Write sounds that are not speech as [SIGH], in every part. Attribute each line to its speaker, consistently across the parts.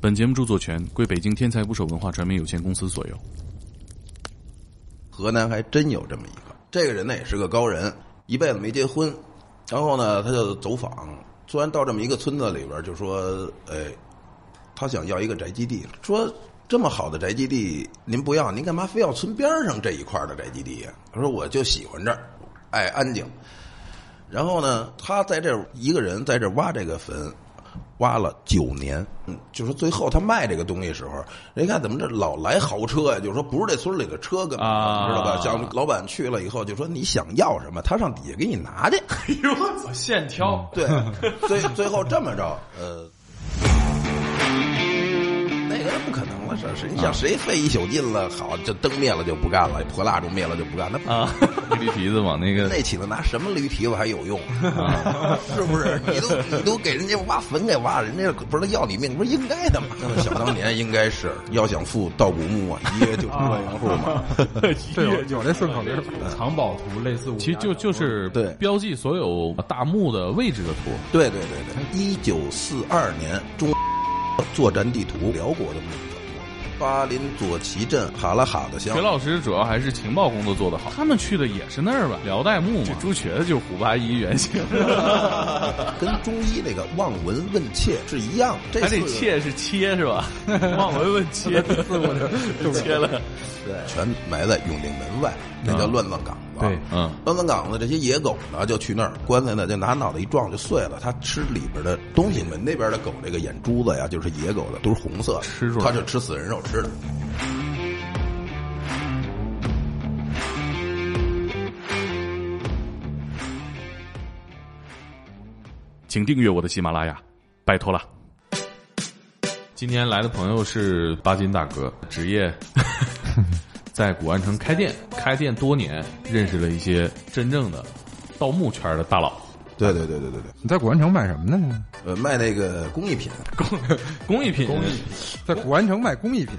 Speaker 1: 本节目著作权归北京天才捕手文化传媒有限公司所有。
Speaker 2: 河南还真有这么一个，这个人呢也是个高人，一辈子没结婚，然后呢他就走访，突然到这么一个村子里边，就说，哎，他想要一个宅基地，说这么好的宅基地您不要，您干嘛非要村边上这一块的宅基地呀、他说我就喜欢这儿，爱安静。然后呢，他在这儿一个人在这儿挖这个坟，挖了九年。嗯，就说最后他卖这个东西时候，人一看怎么这老来豪车呀、就说不是这村里的车，根本、
Speaker 1: 啊
Speaker 2: 知道吧？像老板去了以后就说你想要什么，他上底下给你拿去。
Speaker 3: 我
Speaker 4: 嗯
Speaker 3: 现挑，
Speaker 2: 对，最最后这么着，呃，那个不可能了，是是，你想谁费一宿劲了，好，这灯灭了就不干了，破蜡烛灭了就不干，那不
Speaker 3: 啊，
Speaker 1: 驴皮子往那个
Speaker 2: 那起子拿什么驴蹄子还有用？啊 [LAUGHS] 是不是？你都你都给人家挖坟给挖，人家不是要你命，不是应该的吗？想当年应该 [LAUGHS] 是要想富盗古墓啊，一跃就出万元户
Speaker 1: [LAUGHS]
Speaker 2: 嘛。
Speaker 4: 对，有有这顺口溜。嗯
Speaker 3: 藏宝图类似武
Speaker 1: 其实就就是
Speaker 2: 对
Speaker 1: 标记所有大墓的位置的图。
Speaker 2: 对对对对，一九四二年中作战地图，辽国的墓葬，巴林左旗镇哈拉哈的乡
Speaker 1: 学。老师主要还是情报工作做得好，他们去的也是那儿吧？辽代墓嘛，朱瘸子就是胡八一原型， [LAUGHS]
Speaker 2: 跟中医那个望闻问切是一样的，这
Speaker 1: 还得
Speaker 2: 四个
Speaker 1: 切是切是 [LAUGHS] 吧？望闻问 [LAUGHS] 切，
Speaker 3: [LAUGHS]
Speaker 1: 切了，
Speaker 2: 对，啊全埋在永定门外，那叫乱葬岗子。
Speaker 4: 对
Speaker 1: 嗯
Speaker 2: 乱葬岗子这些野狗呢，就去那儿，棺材呢就拿脑袋一撞就碎了，它吃里边的东西。门那边的狗这个眼珠子呀，就是野狗的，都是红色的，
Speaker 1: 吃出来
Speaker 2: 它就吃死人肉吃的。
Speaker 1: 请订阅我的喜马拉雅，拜托了。今天来的朋友是巴金大哥，职 [LAUGHS] 业在古玩城开店，开店多年，认识了一些真正的盗墓圈的大佬。
Speaker 2: 对对对对对对，
Speaker 4: 你在古玩城买什么呢？
Speaker 2: 呃，卖那个工艺品，
Speaker 1: 工艺品，
Speaker 4: 在古玩城买工
Speaker 3: [LAUGHS]
Speaker 4: 艺品，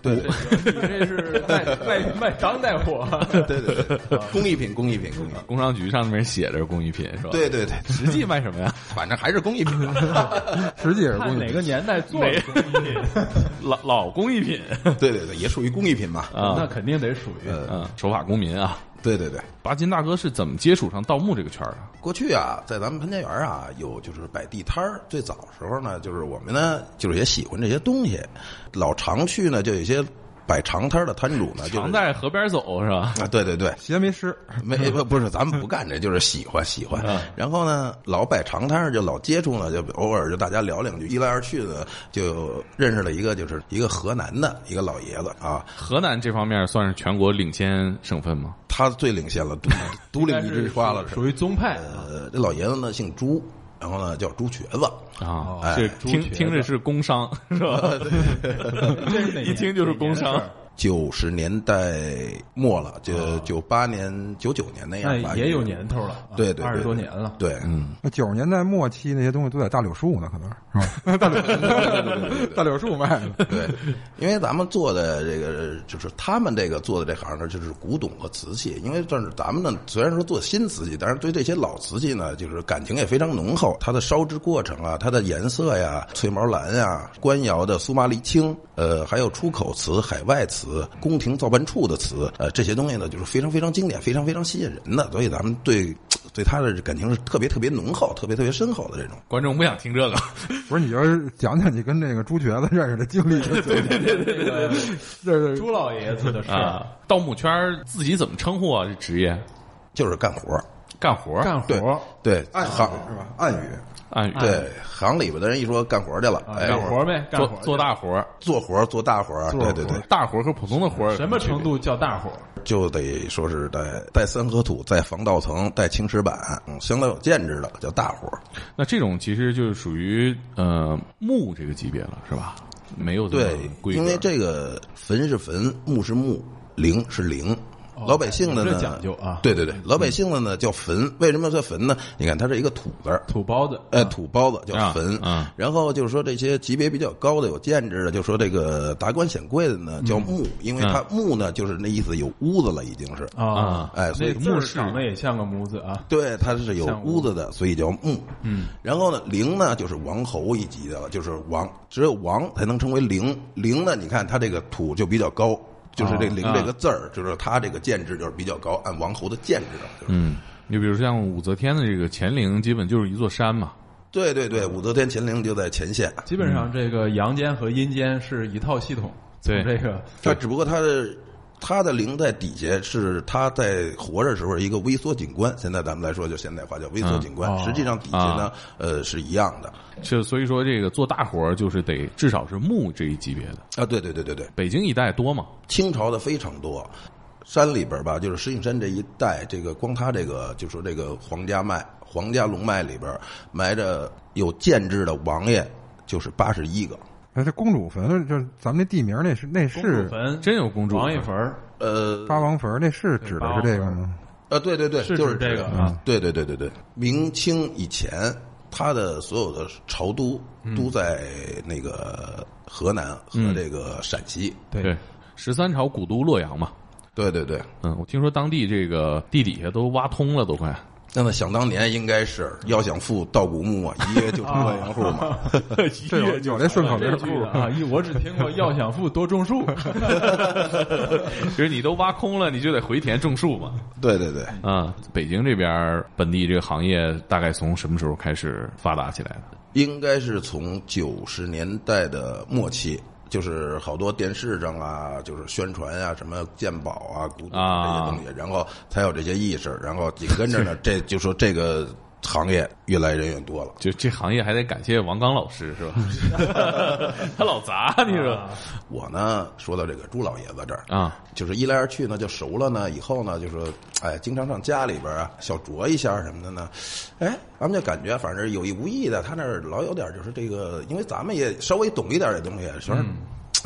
Speaker 2: 对对
Speaker 3: 你这是卖卖卖当代货，
Speaker 2: [LAUGHS] 对对对对，工艺品，工艺品，工艺品。
Speaker 1: 工商局上面写着工艺品是吧？，
Speaker 2: [LAUGHS] 对对对，
Speaker 1: 实际卖什么呀？
Speaker 2: 反正还是工艺品。
Speaker 4: [LAUGHS]
Speaker 2: [LAUGHS]
Speaker 4: 实际也是
Speaker 3: 看
Speaker 4: 工艺
Speaker 3: 哪
Speaker 4: 品。
Speaker 3: 个年代做的工艺品，
Speaker 1: 老老工艺 [LAUGHS] 品
Speaker 2: 对对对，也属于工艺品嘛。
Speaker 1: 啊，
Speaker 3: 那肯定得属于
Speaker 2: 呃，
Speaker 1: 嗯，守法公民啊。
Speaker 2: 对对对，
Speaker 1: 巴金大哥是怎么接触上盗墓这个圈儿的？
Speaker 2: 过去啊，在咱们潘家园啊，有就是摆地摊儿。最早时候呢，就是我们呢，就是也喜欢这些东西，老常去呢，就有一些摆长摊儿的摊主呢，就是
Speaker 1: 常在河边走是吧？
Speaker 2: 啊，对对对，
Speaker 4: 鞋没湿，
Speaker 2: 没不不是，咱们不干这，就是喜欢喜欢
Speaker 1: 嗯。
Speaker 2: 然后呢，老摆长摊儿，就老接触呢，就偶尔就大家聊两句，一来二去的就认识了一个，就是一个河南的一个老爷子啊，
Speaker 1: 河南这方面算是全国领先省份吗？
Speaker 2: 他最领先了，独独领一枝花了。
Speaker 3: 属于宗派
Speaker 2: 呃，这老爷子呢姓朱，然后呢叫朱瘸子。
Speaker 1: 啊，
Speaker 2: 哎
Speaker 1: 这
Speaker 3: 哦朱
Speaker 1: 听
Speaker 3: 瘸子
Speaker 1: 听着是工
Speaker 3: [LAUGHS]
Speaker 1: 商是吧？
Speaker 3: 这是哪年
Speaker 1: 一听就是工商
Speaker 3: 哪年的事儿
Speaker 2: 九十年代末了，就九八年、九九年那样吧，
Speaker 3: 啊那也有年头了，啊
Speaker 2: 对对对
Speaker 3: 二十多年了，
Speaker 2: 对，嗯，
Speaker 4: 那九十年代末期那些东西都在大柳树呢，可能是 [LAUGHS] 吧？
Speaker 3: 哦
Speaker 4: 大柳大柳树卖的，
Speaker 2: 对，因为咱们做的这个就是他们这个做的这行呢，就是古董和瓷器。因为但是咱们呢，虽然说做新瓷器，但是对这些老瓷器呢，就是感情也非常浓厚。它的烧制过程啊，它的颜色呀，翠毛蓝呀，官窑的苏麻离青，呃，还有出口瓷、海外瓷、宫廷造办处的瓷，呃，这些东西呢，就是非常非常经典，非常非常吸引人的。所以咱们对对它的感情是特别特别浓厚、特别特别深厚的这种。
Speaker 1: 观众不想听这
Speaker 3: [LAUGHS]
Speaker 1: 个，
Speaker 4: 不是？你就是讲讲你跟那个朱瘸子认识的经历就
Speaker 3: [LAUGHS]
Speaker 4: 行。对对对对 [LAUGHS] 对，这是
Speaker 3: 朱老爷子的事儿，
Speaker 1: 啊，盗墓圈儿自己怎么称呼啊？这职业
Speaker 2: 就是干活儿
Speaker 1: 干活儿，啊
Speaker 3: 干活
Speaker 2: 对
Speaker 3: 儿
Speaker 2: 对，
Speaker 4: 暗语
Speaker 2: 行
Speaker 4: 是吧？暗语
Speaker 1: 按语
Speaker 2: 对行里边的人一说干活儿去了，哎，
Speaker 3: 干活儿呗，干
Speaker 1: 做
Speaker 3: 活儿
Speaker 1: 做大活儿，
Speaker 2: 做活儿做大活儿，对对对，
Speaker 1: 大活儿和普通的活儿有
Speaker 3: 什么
Speaker 1: 区别
Speaker 3: 程？度叫大伙儿？
Speaker 2: 就得说是带带三合土、带防盗层、带青石板，嗯，相当有见识的叫大活儿。
Speaker 1: 那这种其实就是属于呃墓这个级别了，是吧？没有这么
Speaker 2: 对，
Speaker 1: 规格
Speaker 2: 因为这个坟是坟，墓是墓，陵是陵，老百姓的
Speaker 3: 有
Speaker 2: 呢
Speaker 3: 这讲究啊
Speaker 2: 对对对，老百姓的呢叫坟，为什么叫坟呢？你看它是一个土字儿，
Speaker 3: 土包子，
Speaker 2: 呃，土包子叫
Speaker 1: 啊
Speaker 2: 坟
Speaker 1: 啊
Speaker 2: 然后就是说这些级别比较高的、有建制的，就说这个达官显贵的
Speaker 1: 嗯
Speaker 2: 呢叫墓，因为它墓呢就是那意思有屋子了，已经是，
Speaker 3: 啊，
Speaker 2: 哎，所以
Speaker 3: 那字儿长得也像个模子啊，
Speaker 2: 对，它是有屋子的，所以叫墓。
Speaker 1: 嗯，
Speaker 2: 然后呢，陵呢就是王侯一级的了，就是王，只有王才能称为陵。陵呢，你看它这个土就比较高，就是这“陵
Speaker 1: 啊”
Speaker 2: 这个字儿，就是它这个建制就是比较高，按王侯的建制的。就是
Speaker 1: 嗯，你比如像武则天的这个乾陵，基本就是一座山嘛。
Speaker 2: 对对对，武则天乾陵就在前线，
Speaker 3: 基本上这个阳间和阴间是一套系统，
Speaker 1: 对
Speaker 3: 从这个
Speaker 2: 但只不过它的它的陵在底下是它在活着时候一个微缩景观，现在咱们来说就现代化叫微缩景观，
Speaker 3: 嗯哦
Speaker 2: 实际上底下呢呃是一样的
Speaker 1: 就所以说，这个做大活儿就是得至少是墓这一级别的。
Speaker 2: 啊，对对对对对。
Speaker 1: 北京一带多嘛？
Speaker 2: 清朝的非常多，山里边吧，就是石景山这一带，这个光他这个就说这个皇家脉、皇家龙脉里边埋着有建制的王爷，就是八十一个。
Speaker 4: 哎，这公主坟就是咱们那地名，那是那
Speaker 3: 公主
Speaker 4: 是
Speaker 3: 坟、
Speaker 1: 真有公主
Speaker 3: 王一坟儿，
Speaker 2: 呃
Speaker 4: 八王坟，那是指的是这个吗？
Speaker 2: 呃，对对对，
Speaker 3: 是指
Speaker 2: 就是
Speaker 3: 这个
Speaker 2: 指
Speaker 3: 啊
Speaker 2: 对对对对对，明清以前，他的所有的朝都
Speaker 3: 嗯
Speaker 2: 都在那个河南和这个陕西。
Speaker 1: 对，十三朝古都洛阳嘛。
Speaker 2: 对对对，
Speaker 1: 嗯，我听说当地这个地底下都挖通了，都快。
Speaker 2: 那么想当年应该是要想富盗古墓啊，一
Speaker 3: [LAUGHS]
Speaker 2: 跃就成万元户
Speaker 3: 啊
Speaker 2: 嘛。
Speaker 4: [LAUGHS] 这有有这顺口溜
Speaker 3: 这句的啊，一我只听过要想富多种树，
Speaker 1: [LAUGHS] 就是你都挖空了，你就得回填种树嘛。
Speaker 2: 对对对，
Speaker 1: 啊、北京这边儿本地这个行业大概从什么时候开始发达起来的？
Speaker 2: 应该是从九十年代的末期，就是好多电视上啊，就是宣传啊，什么鉴宝啊、古董
Speaker 1: 啊
Speaker 2: 这些东西，然后才有这些意识，然后紧跟着呢，这就说这个行业越来人越多了。
Speaker 1: 就这行业还得感谢王刚老师 [LAUGHS] 是吧？他老砸你说
Speaker 2: 我呢，说到这个朱老爷子这儿，
Speaker 1: 啊
Speaker 2: 就是一来二去呢，就熟了呢。以后呢，就说，哎，经常上家里边啊，小酌一下什么的呢。哎，咱们就感觉反正有意无意的，他那儿老有点就是这个，因为咱们也稍微懂一点这东西，全是、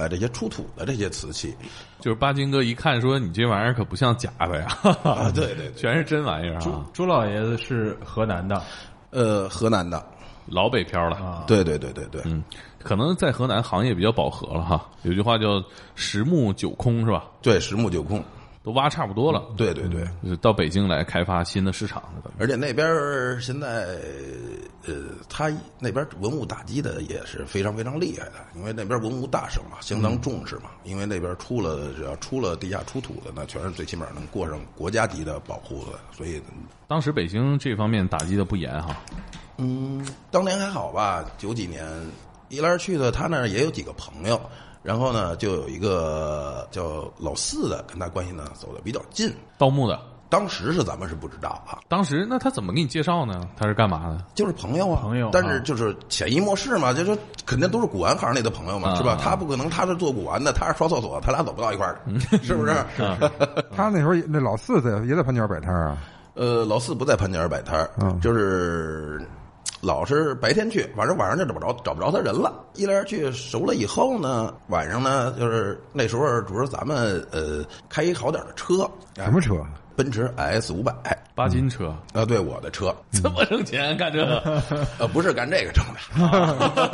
Speaker 2: 哎这些出土的这些瓷器
Speaker 1: 就是巴金哥一看说你这玩意儿可不像假的呀， [LAUGHS]
Speaker 2: 啊，对对对，
Speaker 1: 全是真玩意儿啊，
Speaker 3: 朱老爷子是河南的
Speaker 2: 呃，河南的，
Speaker 1: 老北漂了。
Speaker 3: 啊，
Speaker 2: 对对对对对，
Speaker 1: 嗯，可能在河南行业比较饱和了哈。有句话叫“十木九空”是吧？
Speaker 2: 对实木九空，
Speaker 1: 都挖差不多了，
Speaker 2: 对对对。
Speaker 1: 就是到北京来开发新的市场了。等于
Speaker 2: 而且那边儿现在，呃，他那边文物打击的也是非常非常厉害的，因为那边文物大省嘛，相当重视嘛。因为那边出了只要出了地下出土的，那全是最起码能过上国家级的保护的。所以，
Speaker 1: 当时北京这方面打击的不严哈，
Speaker 2: 嗯，当年还好吧，九几年一来二去的，他那儿也有几个朋友，然后呢，就有一个叫老四的，跟他关系呢走的比较近。
Speaker 1: 盗墓的。
Speaker 2: 当时是咱们是不知道啊，
Speaker 1: 当时那他怎么给你介绍呢？他是干嘛的？
Speaker 2: 就是朋友啊，
Speaker 3: 朋友啊
Speaker 2: 但是就是潜移默示嘛，就说肯定都是古玩行里的朋友嘛，
Speaker 1: 啊
Speaker 2: 是吧？他不可能他是做古玩的，他是刷厕所，他俩走不到一块儿
Speaker 3: 嗯
Speaker 2: 去， [LAUGHS] 是
Speaker 3: [LAUGHS]
Speaker 2: 不是？
Speaker 3: 啊
Speaker 4: 嗯他那时候也那老四在也在潘家园摆摊儿啊，
Speaker 2: 呃，老四不在潘家园摆摊儿，
Speaker 3: 啊
Speaker 4: 嗯
Speaker 2: 就是老是白天去，反正晚上就找不着找不着他人了。一来二去熟了以后呢，晚上呢就是那时候主要咱们呃开一好点儿的车，
Speaker 3: 啊
Speaker 4: 什么车？
Speaker 2: 奔驰 S 五百
Speaker 1: 八斤车，
Speaker 2: 啊，对我的车，
Speaker 3: 嗯
Speaker 1: 怎么挣钱啊干这个？
Speaker 2: 呃，不是干这个挣的，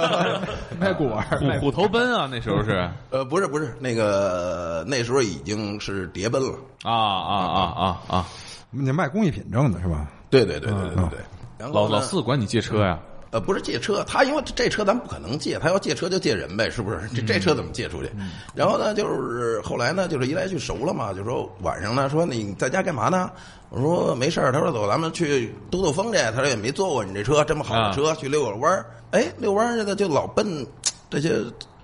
Speaker 3: 卖古玩儿，卖
Speaker 1: 虎虎头奔啊，那时候是啊
Speaker 2: 呃，不是不是那个那时候已经是叠奔了。
Speaker 3: 嗯
Speaker 1: 啊啊啊啊！
Speaker 4: [LAUGHS] 你卖工艺品挣的是吧？
Speaker 2: 对对对对对对对。
Speaker 3: 嗯
Speaker 2: 然后
Speaker 1: 老
Speaker 2: 呢
Speaker 1: 老四管你借车呀？
Speaker 2: 呃不是借车，他因为这车咱不可能借，他要借车就借人呗，是不是？这这车怎么借出去？然后呢，就是后来呢，就是一来就熟了嘛，就说晚上呢，说你在家干嘛呢？我说没事儿，他说走，咱们去兜兜风去。他说也没坐过你这车，这么好
Speaker 1: 啊
Speaker 2: 的车，去遛个弯儿。哎，遛弯儿去的就老奔这些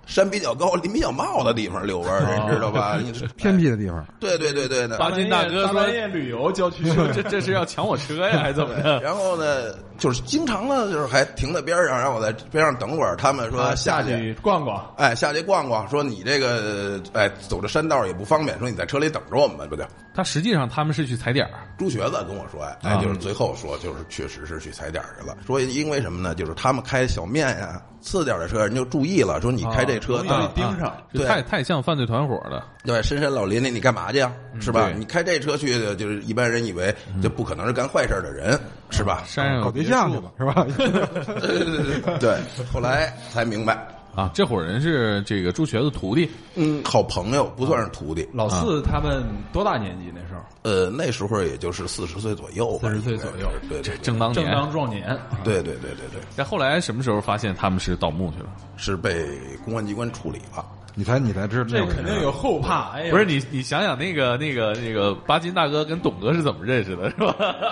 Speaker 2: 山比较高、林比较茂的地方遛弯儿，你知道吧？你这
Speaker 4: 偏僻的地方，
Speaker 2: 对对对对的。
Speaker 1: 八斤大哥说 [LAUGHS]
Speaker 3: 半夜旅游郊区 [LAUGHS]
Speaker 1: 这这是要抢我车呀，还怎么着？
Speaker 2: 然后呢，就是经常呢，就是还停在边上，让我在边上等会儿。他们说
Speaker 3: 啊
Speaker 2: 下
Speaker 3: 下去逛逛，
Speaker 2: 哎，下去逛逛，说你这个哎走这山道也不方便，说你在车里等着我们吧，不就？
Speaker 1: 他实际上他们是去踩点儿，
Speaker 2: 朱学子跟我说，哎，哎，
Speaker 3: 啊
Speaker 2: 就是最后说，就是确实是去踩点儿去了。说因为什么呢？就是他们开小面呀、次点儿的车，人就注意了，说你开这车，
Speaker 3: 啊容易
Speaker 2: 到底
Speaker 3: 被盯上。
Speaker 1: 这
Speaker 2: 对
Speaker 1: 太太像犯罪团伙了。
Speaker 2: 对，深山老林里你干嘛去呀？
Speaker 3: 嗯
Speaker 2: 是吧？
Speaker 1: 对
Speaker 2: 你开这车去，就是一般人以为这不可能是干坏事儿的人，是吧？
Speaker 1: 山上有
Speaker 4: 搞对
Speaker 1: 别
Speaker 4: 象去
Speaker 1: 墅
Speaker 4: 吧，是吧？ [LAUGHS]
Speaker 3: 嗯
Speaker 2: 对对对对 [LAUGHS] 对。后来才明白，
Speaker 1: 啊，这伙人是这个朱瘸子徒弟，
Speaker 2: 嗯，好朋友不算是徒弟，
Speaker 3: 老四他们多大年纪那时候？
Speaker 2: 呃，那时候也就是四十岁左右吧，
Speaker 3: 40岁左右
Speaker 2: 对对
Speaker 1: 正当
Speaker 3: 正
Speaker 1: 年。
Speaker 3: 当壮年，
Speaker 2: 对对对对对，
Speaker 1: 但后来什么时候发现他们是盗墓去了？
Speaker 2: 是被公安机关处理了。
Speaker 4: 你才你才知道
Speaker 3: 这肯定有后怕。
Speaker 2: [LAUGHS]
Speaker 3: 哎呀，
Speaker 1: 不是你，你想想那个那个那个巴金大哥跟董哥是怎么认识的，是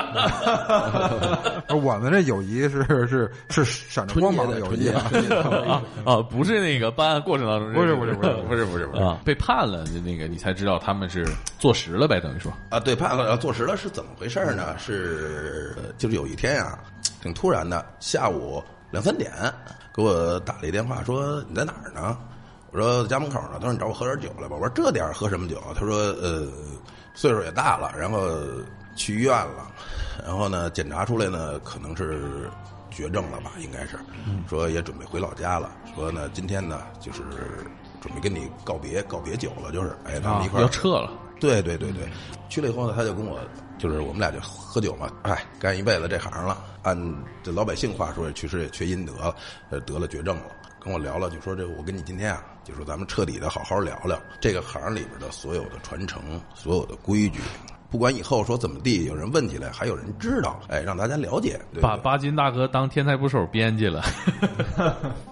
Speaker 2: [LAUGHS]
Speaker 1: 吧？
Speaker 4: 而我们这友谊是 [LAUGHS] 是是闪着光芒的友谊啊！
Speaker 2: 春节的春
Speaker 1: [LAUGHS]
Speaker 2: 节
Speaker 1: 啊啊，不是那个办案过程当中认识的，
Speaker 4: 不是不
Speaker 1: [LAUGHS]
Speaker 4: 是
Speaker 1: 不是不是不是啊，被判了的那个你才知道他们是坐实了呗，等于说
Speaker 2: 啊，对，判了坐实了是怎么回事儿呢？是呃就是有一天啊，挺突然的，下午两三点给我打了一电话，说你在哪儿呢？我说家门口呢。他说你找我喝点酒来吧。我说这点儿喝什么酒？他说呃，岁数也大了，然后去医院了，然后呢检查出来呢可能是绝症了吧，应该是，说也准备回老家了。说呢今天呢就是准备跟你告别告别酒了，就是哎，咱们一块
Speaker 1: 啊
Speaker 2: 儿
Speaker 1: 要撤了，
Speaker 2: 对对对对，去了以后呢，他就跟我，就是我们俩就喝酒嘛，哎，干一辈子这行了，按这老百姓话说，其实也缺阴德了，呃，得了绝症了，跟我聊了，就说这我跟你今天啊，就说咱们彻底的好好聊聊这个行里边的所有的传承，所有的规矩。不管以后说怎么地，有人问起来，还有人知道，哎，让大家了解。对
Speaker 1: 把
Speaker 2: 对
Speaker 1: 巴金大哥当天才捕手编辑了。
Speaker 4: [LAUGHS]
Speaker 1: [LAUGHS]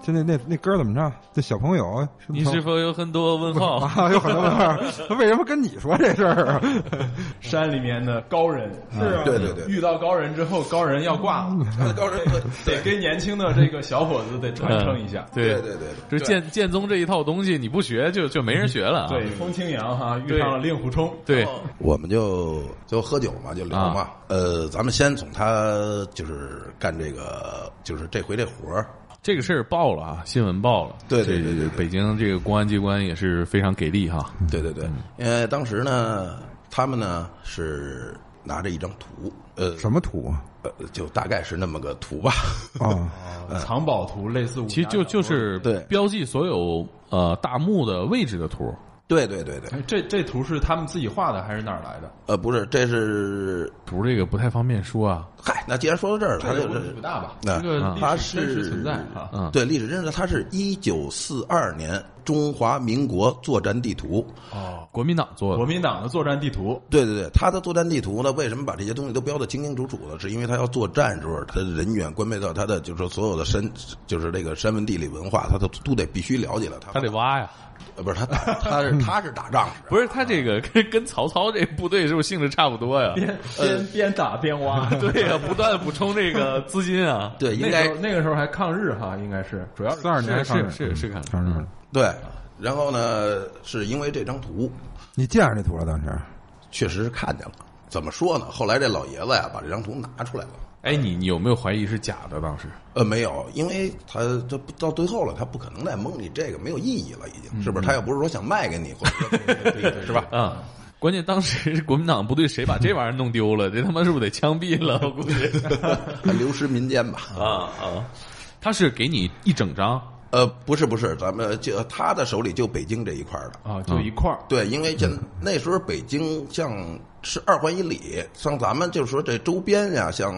Speaker 4: 就那那那歌怎么着？这小朋友，
Speaker 1: 你是否有很多问
Speaker 2: [LAUGHS]
Speaker 1: 号？
Speaker 4: [LAUGHS] 啊？有很多问号，他为什么跟你说这事儿啊？ [LAUGHS]
Speaker 3: 山里面的高人，是啊，
Speaker 2: 对对对
Speaker 3: 遇到高人之后，高人要挂了，
Speaker 2: 高人
Speaker 3: 得跟年轻的这个小伙子得传承一下。
Speaker 1: 对
Speaker 2: 对对对
Speaker 1: 就
Speaker 2: 对
Speaker 1: 是剑剑宗这一套东西，你不学就就没人学了啊。
Speaker 3: 对，风清扬哈遇上了令狐冲，
Speaker 1: 对，
Speaker 2: 我们就就喝酒嘛，就聊嘛。呃，咱们先从他就是干这个，就是这回这活儿，
Speaker 1: 这个事儿报了啊，新闻报了。
Speaker 2: 对对对
Speaker 1: 这
Speaker 2: 对
Speaker 1: 北京这个公安机关也是非常给力哈。
Speaker 2: 对对对，因为当时呢，他们呢是拿着一张图，呃，
Speaker 4: 什么图啊？
Speaker 2: 呃就大概是那么个图吧。 [LAUGHS]
Speaker 4: 啊，
Speaker 3: [LAUGHS] 藏宝图类似武
Speaker 1: 其实
Speaker 3: 侠
Speaker 1: 就
Speaker 3: 小
Speaker 1: 就
Speaker 3: 说
Speaker 1: 是
Speaker 2: 对
Speaker 1: 标记所有呃大墓的位置的图，
Speaker 2: 对对对对，
Speaker 3: 哎这这图是他们自己画的还是哪儿来的？
Speaker 2: 呃，不是，这是
Speaker 1: 图这个不太方便说啊。
Speaker 2: 嗨，那既然说到这儿了，他
Speaker 3: 这个
Speaker 2: 就
Speaker 3: 问题
Speaker 2: 是
Speaker 3: 不大吧？
Speaker 2: 那
Speaker 3: 这个历史
Speaker 2: 它
Speaker 3: 真
Speaker 2: 是
Speaker 3: 实存在啊。
Speaker 1: 嗯
Speaker 2: 对历史真实，它是一九四二年中华民国作战地图。
Speaker 3: 哦，
Speaker 1: 国民党做的，
Speaker 3: 国民党的作战地图，
Speaker 2: 对对对，他的作战地图呢，为什么把这些东西都标的清清楚楚的？是因为他要作战时候，他的人员关配到他的，就是说所有的山，就是这个山文地理文化，他都都得必须了解了。他
Speaker 1: 他得挖呀。
Speaker 2: 呃，不是他打，他
Speaker 3: [LAUGHS]
Speaker 2: 是他是打仗
Speaker 1: 不是他这个跟跟曹操这部队是不是性质差不多呀？
Speaker 3: 边
Speaker 2: 呃
Speaker 3: 边边打边
Speaker 2: [LAUGHS]
Speaker 3: 挖。
Speaker 1: [LAUGHS] 对呀、不断补充这个资金啊。
Speaker 2: 对，应
Speaker 3: 那
Speaker 2: 该
Speaker 3: 时候那个时候还抗日哈，应该是主要是
Speaker 4: 四二年上
Speaker 1: 是是
Speaker 4: 任
Speaker 1: 是看嗯着
Speaker 4: 上任，
Speaker 2: 对。然后呢，是因为这张图
Speaker 4: 你见着这图了？当时
Speaker 2: 确实是看见了。怎么说呢？后来这老爷子呀，把这张图拿出来了。
Speaker 1: [LAUGHS] 哎，你你有没有怀疑是假的？当时
Speaker 2: 呃，没有，因为他这不到最后了，他不可能再蒙你这个没有意义了，已经
Speaker 3: 嗯
Speaker 2: 是不是？他又不是说想卖给你，
Speaker 3: [LAUGHS]
Speaker 2: 或者是吧？
Speaker 1: [LAUGHS] 啊、关键当时国民党部队谁把这玩意儿弄丢了？这他妈是不是得枪毙了？我估 [LAUGHS] 计
Speaker 2: 还流失民间吧？
Speaker 1: 啊啊！他是给你一整张
Speaker 2: 呃，不是不是，咱们就他的手里就北京这一块儿的。
Speaker 3: 啊，就
Speaker 4: 嗯
Speaker 3: 一块儿。
Speaker 2: 对，因为现
Speaker 3: 嗯
Speaker 2: 那时候北京像是二环以里，像咱们就是说这周边呀、像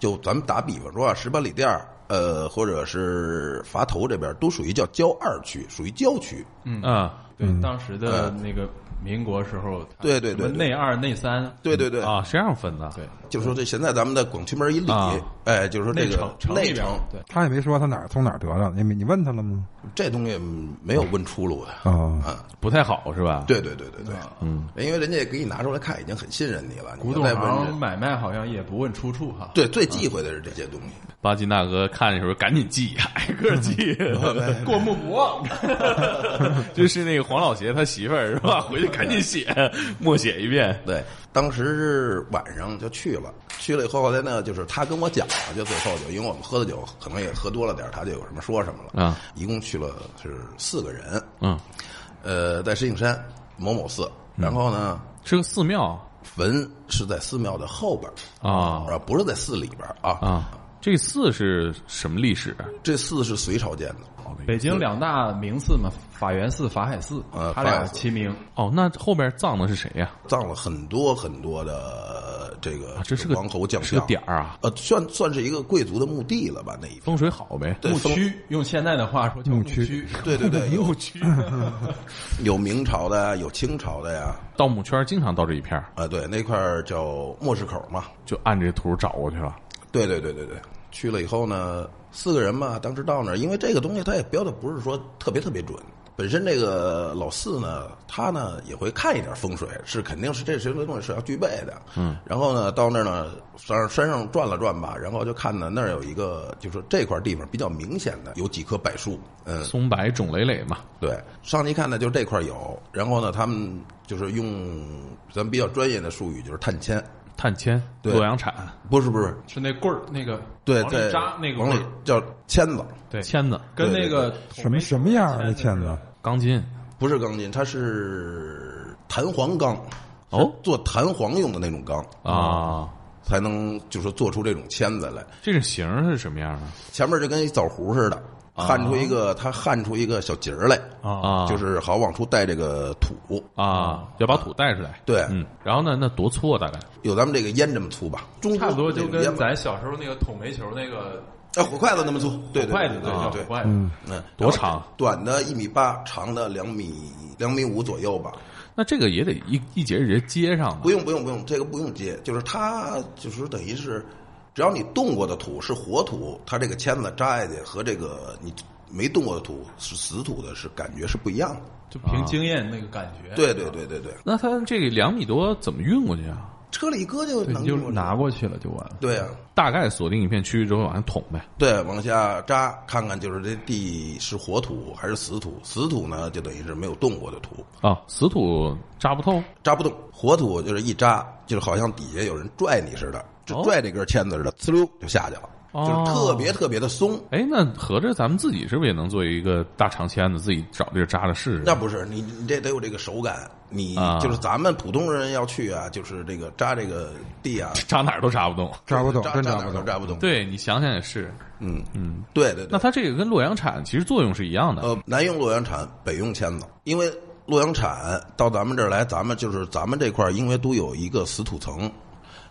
Speaker 2: 就咱们打比方说啊，十八里店儿，呃，或者是垡头这边儿，都属于叫郊二区，属于郊区。
Speaker 1: 嗯啊
Speaker 3: 对，当时的那个民国时候，它
Speaker 2: 呃对对对
Speaker 3: 什么内二内三，
Speaker 2: 对对对，
Speaker 3: 嗯
Speaker 1: 啊，谁让分的？
Speaker 3: 对
Speaker 2: 就是说这现在咱们的广渠门以里，
Speaker 1: 啊
Speaker 2: 哎，就是说这
Speaker 3: 内
Speaker 2: 个
Speaker 3: 城城里
Speaker 2: 内
Speaker 3: 边
Speaker 2: 城
Speaker 3: 儿，对，
Speaker 4: 他也没说他哪儿从哪儿得的，你你问他了吗？
Speaker 2: 这东西没有问出路的。
Speaker 4: 啊，
Speaker 2: 啊，
Speaker 1: 不太好是吧？
Speaker 2: 对对对对对，
Speaker 1: 嗯，
Speaker 2: 因为人家给你拿出来看，已经很信任你了。你
Speaker 3: 古
Speaker 2: 要
Speaker 3: 董
Speaker 2: 再问人
Speaker 3: 行买卖好像也不问出处哈。
Speaker 2: 对，最忌讳的是这些东西。
Speaker 1: 巴金大哥看的时候赶紧记， [LAUGHS] 挨个儿记。
Speaker 2: 嗯
Speaker 1: [LAUGHS]
Speaker 2: 哦
Speaker 3: 过目不忘，
Speaker 1: 就是那个黄老邪他媳妇儿是吧？回去赶紧写，默写一遍。
Speaker 2: 对，当时是晚上就去了，去了以后，后来呢，就是他跟我讲了，就最后就因为我们喝的酒可能也喝多了点儿，他就有什么说什么了。
Speaker 1: 啊，
Speaker 2: 一共去了是四个人，
Speaker 1: 嗯，
Speaker 2: 呃，在石景山某某寺，然后呢，
Speaker 1: 是个寺庙
Speaker 2: 坟是在寺庙的后边儿
Speaker 1: 啊
Speaker 2: 啊，不是在寺里边儿啊。
Speaker 1: 啊，这寺是什么历史啊？
Speaker 2: 这寺是隋朝建的，
Speaker 1: 哦
Speaker 3: 北京两大名寺嘛，法源寺、法海寺
Speaker 2: 呃，
Speaker 3: 它
Speaker 2: 法海
Speaker 3: 俩
Speaker 2: 寺
Speaker 3: 齐名。
Speaker 1: 哦，那后边葬的是谁呀？
Speaker 2: 葬了很多很多的呃这个
Speaker 1: 啊，这是个
Speaker 2: 王侯将
Speaker 1: 是
Speaker 2: 相
Speaker 1: 个点儿啊，
Speaker 2: 呃，算算是一个贵族的墓地了吧？那一片
Speaker 1: 风水好呗。
Speaker 2: 对
Speaker 3: 牧
Speaker 2: 风
Speaker 3: 区，用现在的话说叫牧区。
Speaker 2: 对对对，有 [LAUGHS] 有明朝的呀，有清朝的呀，
Speaker 1: 盗墓圈经常到这一片儿，
Speaker 2: 啊，对，那块儿叫莫市口嘛。
Speaker 1: 就按这图找过去了。
Speaker 2: 对对对对对，去了以后呢，四个人嘛，当时到那儿，因为这个东西它也标的不是说特别特别准。本身这个老四呢，他呢也会看一点风水，是肯定是这些东西是要具备的。嗯，然后呢，到那儿呢，山山上转了转吧，然后就看呢那儿有一个，就是这块地方比较明显的有几棵柏树，嗯，
Speaker 1: 松柏冢累累嘛，
Speaker 2: 对，上去一看呢，就这块儿有，然后呢，他们就是用咱们比较专业的术语，就是碳纤，
Speaker 1: 碳铅、
Speaker 2: 对
Speaker 1: 洛阳铲、
Speaker 2: 不是不是，
Speaker 3: 是那棍儿，那个
Speaker 2: 对，
Speaker 3: 往里
Speaker 2: 在
Speaker 3: 扎那个
Speaker 2: 往
Speaker 3: 棍
Speaker 2: 里
Speaker 3: 儿，
Speaker 2: 叫签子，
Speaker 3: 对，
Speaker 1: 签子、
Speaker 3: 跟那个
Speaker 4: 什么什么样儿的签子？
Speaker 1: 钢筋。
Speaker 2: 不是钢筋，它是弹簧钢，
Speaker 1: 哦
Speaker 2: 是做弹簧用的那种钢，
Speaker 1: 啊，
Speaker 2: 才能就是做出这种签子来。
Speaker 1: 这个形儿是什么样的
Speaker 2: 前面就跟一枣核似的，焊出一个，它焊出一个小节儿来，
Speaker 1: 啊？
Speaker 2: 哦就是好往出带这个土，
Speaker 1: 啊，要把土带出来。
Speaker 2: 对，
Speaker 1: 嗯，然后呢，那多粗啊？大概
Speaker 2: 有咱们这个烟这么粗吧，中
Speaker 3: 差不多就
Speaker 2: 这个
Speaker 3: 跟
Speaker 2: 烟吧
Speaker 3: 咱小时候那个捅煤球那个
Speaker 2: 哎火筷子那么粗，对对
Speaker 3: 筷
Speaker 2: 对
Speaker 3: 子，
Speaker 2: 对
Speaker 3: 对
Speaker 2: 对
Speaker 3: 叫火
Speaker 2: 对，
Speaker 3: 筷子。
Speaker 2: 嗯，
Speaker 1: 多长？
Speaker 2: 短的一米八，长的两米两米五左右吧。
Speaker 1: 那这个也得一一节一节接上吧
Speaker 2: 不？用不用不用，这个不用接，就是它就是等于是，只要你动过的土是活土，它这个签子扎下去和这个你没动过的土是死土的是感觉是不一样的。
Speaker 3: 就凭经验那个感觉。，
Speaker 2: 啊对对对对对，
Speaker 1: 那它这个两米多怎么运过去啊？
Speaker 2: 车里一搁就能
Speaker 3: 你就
Speaker 2: 过去
Speaker 3: 拿。过去了就完了。
Speaker 2: 对啊，
Speaker 1: 大概锁定一片区域之后往下捅呗。
Speaker 2: 对，往下扎，看看就是这地是活土还是死土。死土呢，就等于是没有动过的土，
Speaker 1: 啊，死土扎不透
Speaker 2: 扎不动；活土就是一扎，就是好像底下有人拽你似的，就
Speaker 1: 哦
Speaker 2: 拽这根签子似的，呲溜就下去了，就是特别特别的松。
Speaker 1: 哎，那合着咱们自己是不是也能做一个大长签子，自己找地儿扎着试
Speaker 2: 那
Speaker 1: 试？
Speaker 2: 不是你，你这得有这个手感。你
Speaker 1: 啊
Speaker 2: 就是咱们普通人要去啊，就是这个扎这个地啊，
Speaker 1: 扎哪儿都扎不动。
Speaker 4: 扎不动，
Speaker 2: 扎
Speaker 4: 真
Speaker 2: 扎哪
Speaker 4: 扎不
Speaker 2: 儿都
Speaker 4: 动。
Speaker 2: 扎不动。，
Speaker 1: 对你想想也是，
Speaker 2: 嗯嗯，对对
Speaker 1: 那
Speaker 2: 对。
Speaker 1: 它这个跟洛阳铲其实作用是一样的。
Speaker 2: 呃，南用洛阳铲，北用签子，因为洛阳铲到咱们这儿来，咱们就是咱们这块儿，因为都有一个死土层。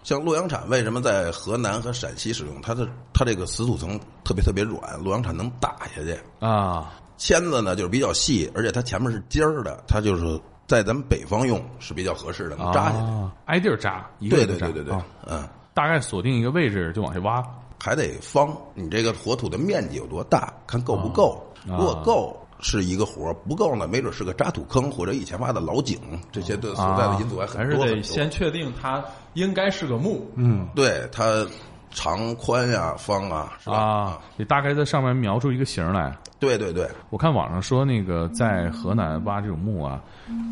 Speaker 2: 像洛阳铲为什么在河南和陕西使用？它的它这个死土层特别特别软，洛阳铲能打下去。
Speaker 1: 啊，
Speaker 2: 签子呢就是比较细，而且它前面是尖儿的，它就是在咱们北方用是比较合适的，能扎下去。
Speaker 1: 啊，挨地儿扎，一个
Speaker 2: 对
Speaker 1: 一个
Speaker 2: 对
Speaker 1: 扎
Speaker 2: 对对对，
Speaker 1: 啊
Speaker 2: 嗯，
Speaker 1: 大概锁定一个位置就往下挖。
Speaker 2: 还得方，你这个火土的面积有多大，看够不够。
Speaker 3: 啊
Speaker 2: 如果够是一个活儿，不够呢，没准是个渣土坑或者以前挖的老井，这些的所在的因素还
Speaker 3: 啊还
Speaker 2: 很
Speaker 3: 是
Speaker 2: 多很
Speaker 3: 得
Speaker 2: 多。
Speaker 3: 先确定它应该是个墓，
Speaker 4: 嗯，
Speaker 2: 对它长宽呀、方啊，是吧？
Speaker 1: 啊，你大概在上面描出一个形儿来。
Speaker 2: 对对对，
Speaker 1: 我看网上说那个在河南挖这种墓啊，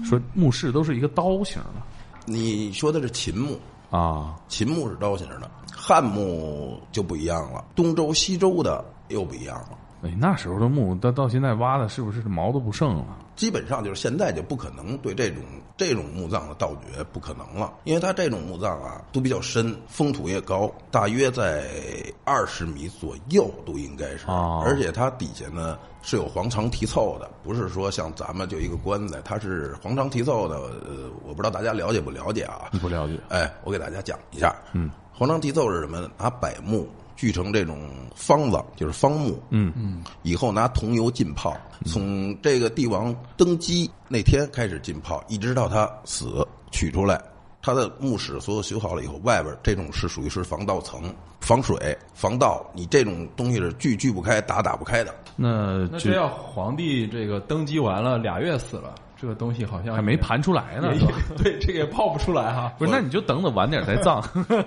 Speaker 1: 说墓室都是一个刀形的
Speaker 2: 你说的是秦墓，
Speaker 1: 啊
Speaker 2: 秦墓是刀形的，汉墓就不一样了，东周、西周的又不一样了。
Speaker 1: 哎，那时候的墓到到现在挖的是不是毛都不剩了？
Speaker 2: 基本上就是现在就不可能对这种这种墓葬的盗掘不可能了，因为它这种墓葬啊都比较深，风土也高，大约在二十米左右都应该是，
Speaker 1: 哦
Speaker 2: 而且它底下呢是有黄肠题凑的，不是说像咱们就一个棺材，它是黄肠题凑的，呃，我不知道大家了解不了解啊，
Speaker 1: 不了解
Speaker 2: 哎，我给大家讲一下。嗯，黄章地奏是什么呢？拿柏木锯成这种方子，就是方木。
Speaker 1: 嗯
Speaker 2: 嗯，以后拿桐油浸泡，从这个帝王登基那天开始浸泡，一直到他死取出来。他的墓室所有修好了以后，外边这种是属于是防盗层、防水、防盗，你这种东西是锯锯不开、打打不开的。
Speaker 1: 那
Speaker 3: 那
Speaker 1: 就
Speaker 3: 这要皇帝这个登基完了俩月死了，这个东西好像
Speaker 1: 还没盘出来呢，
Speaker 3: 也
Speaker 1: 是吧？
Speaker 3: [LAUGHS] 对，这个也泡不出来哈。
Speaker 1: 不是，那你就等等晚点再葬 [LAUGHS] 啊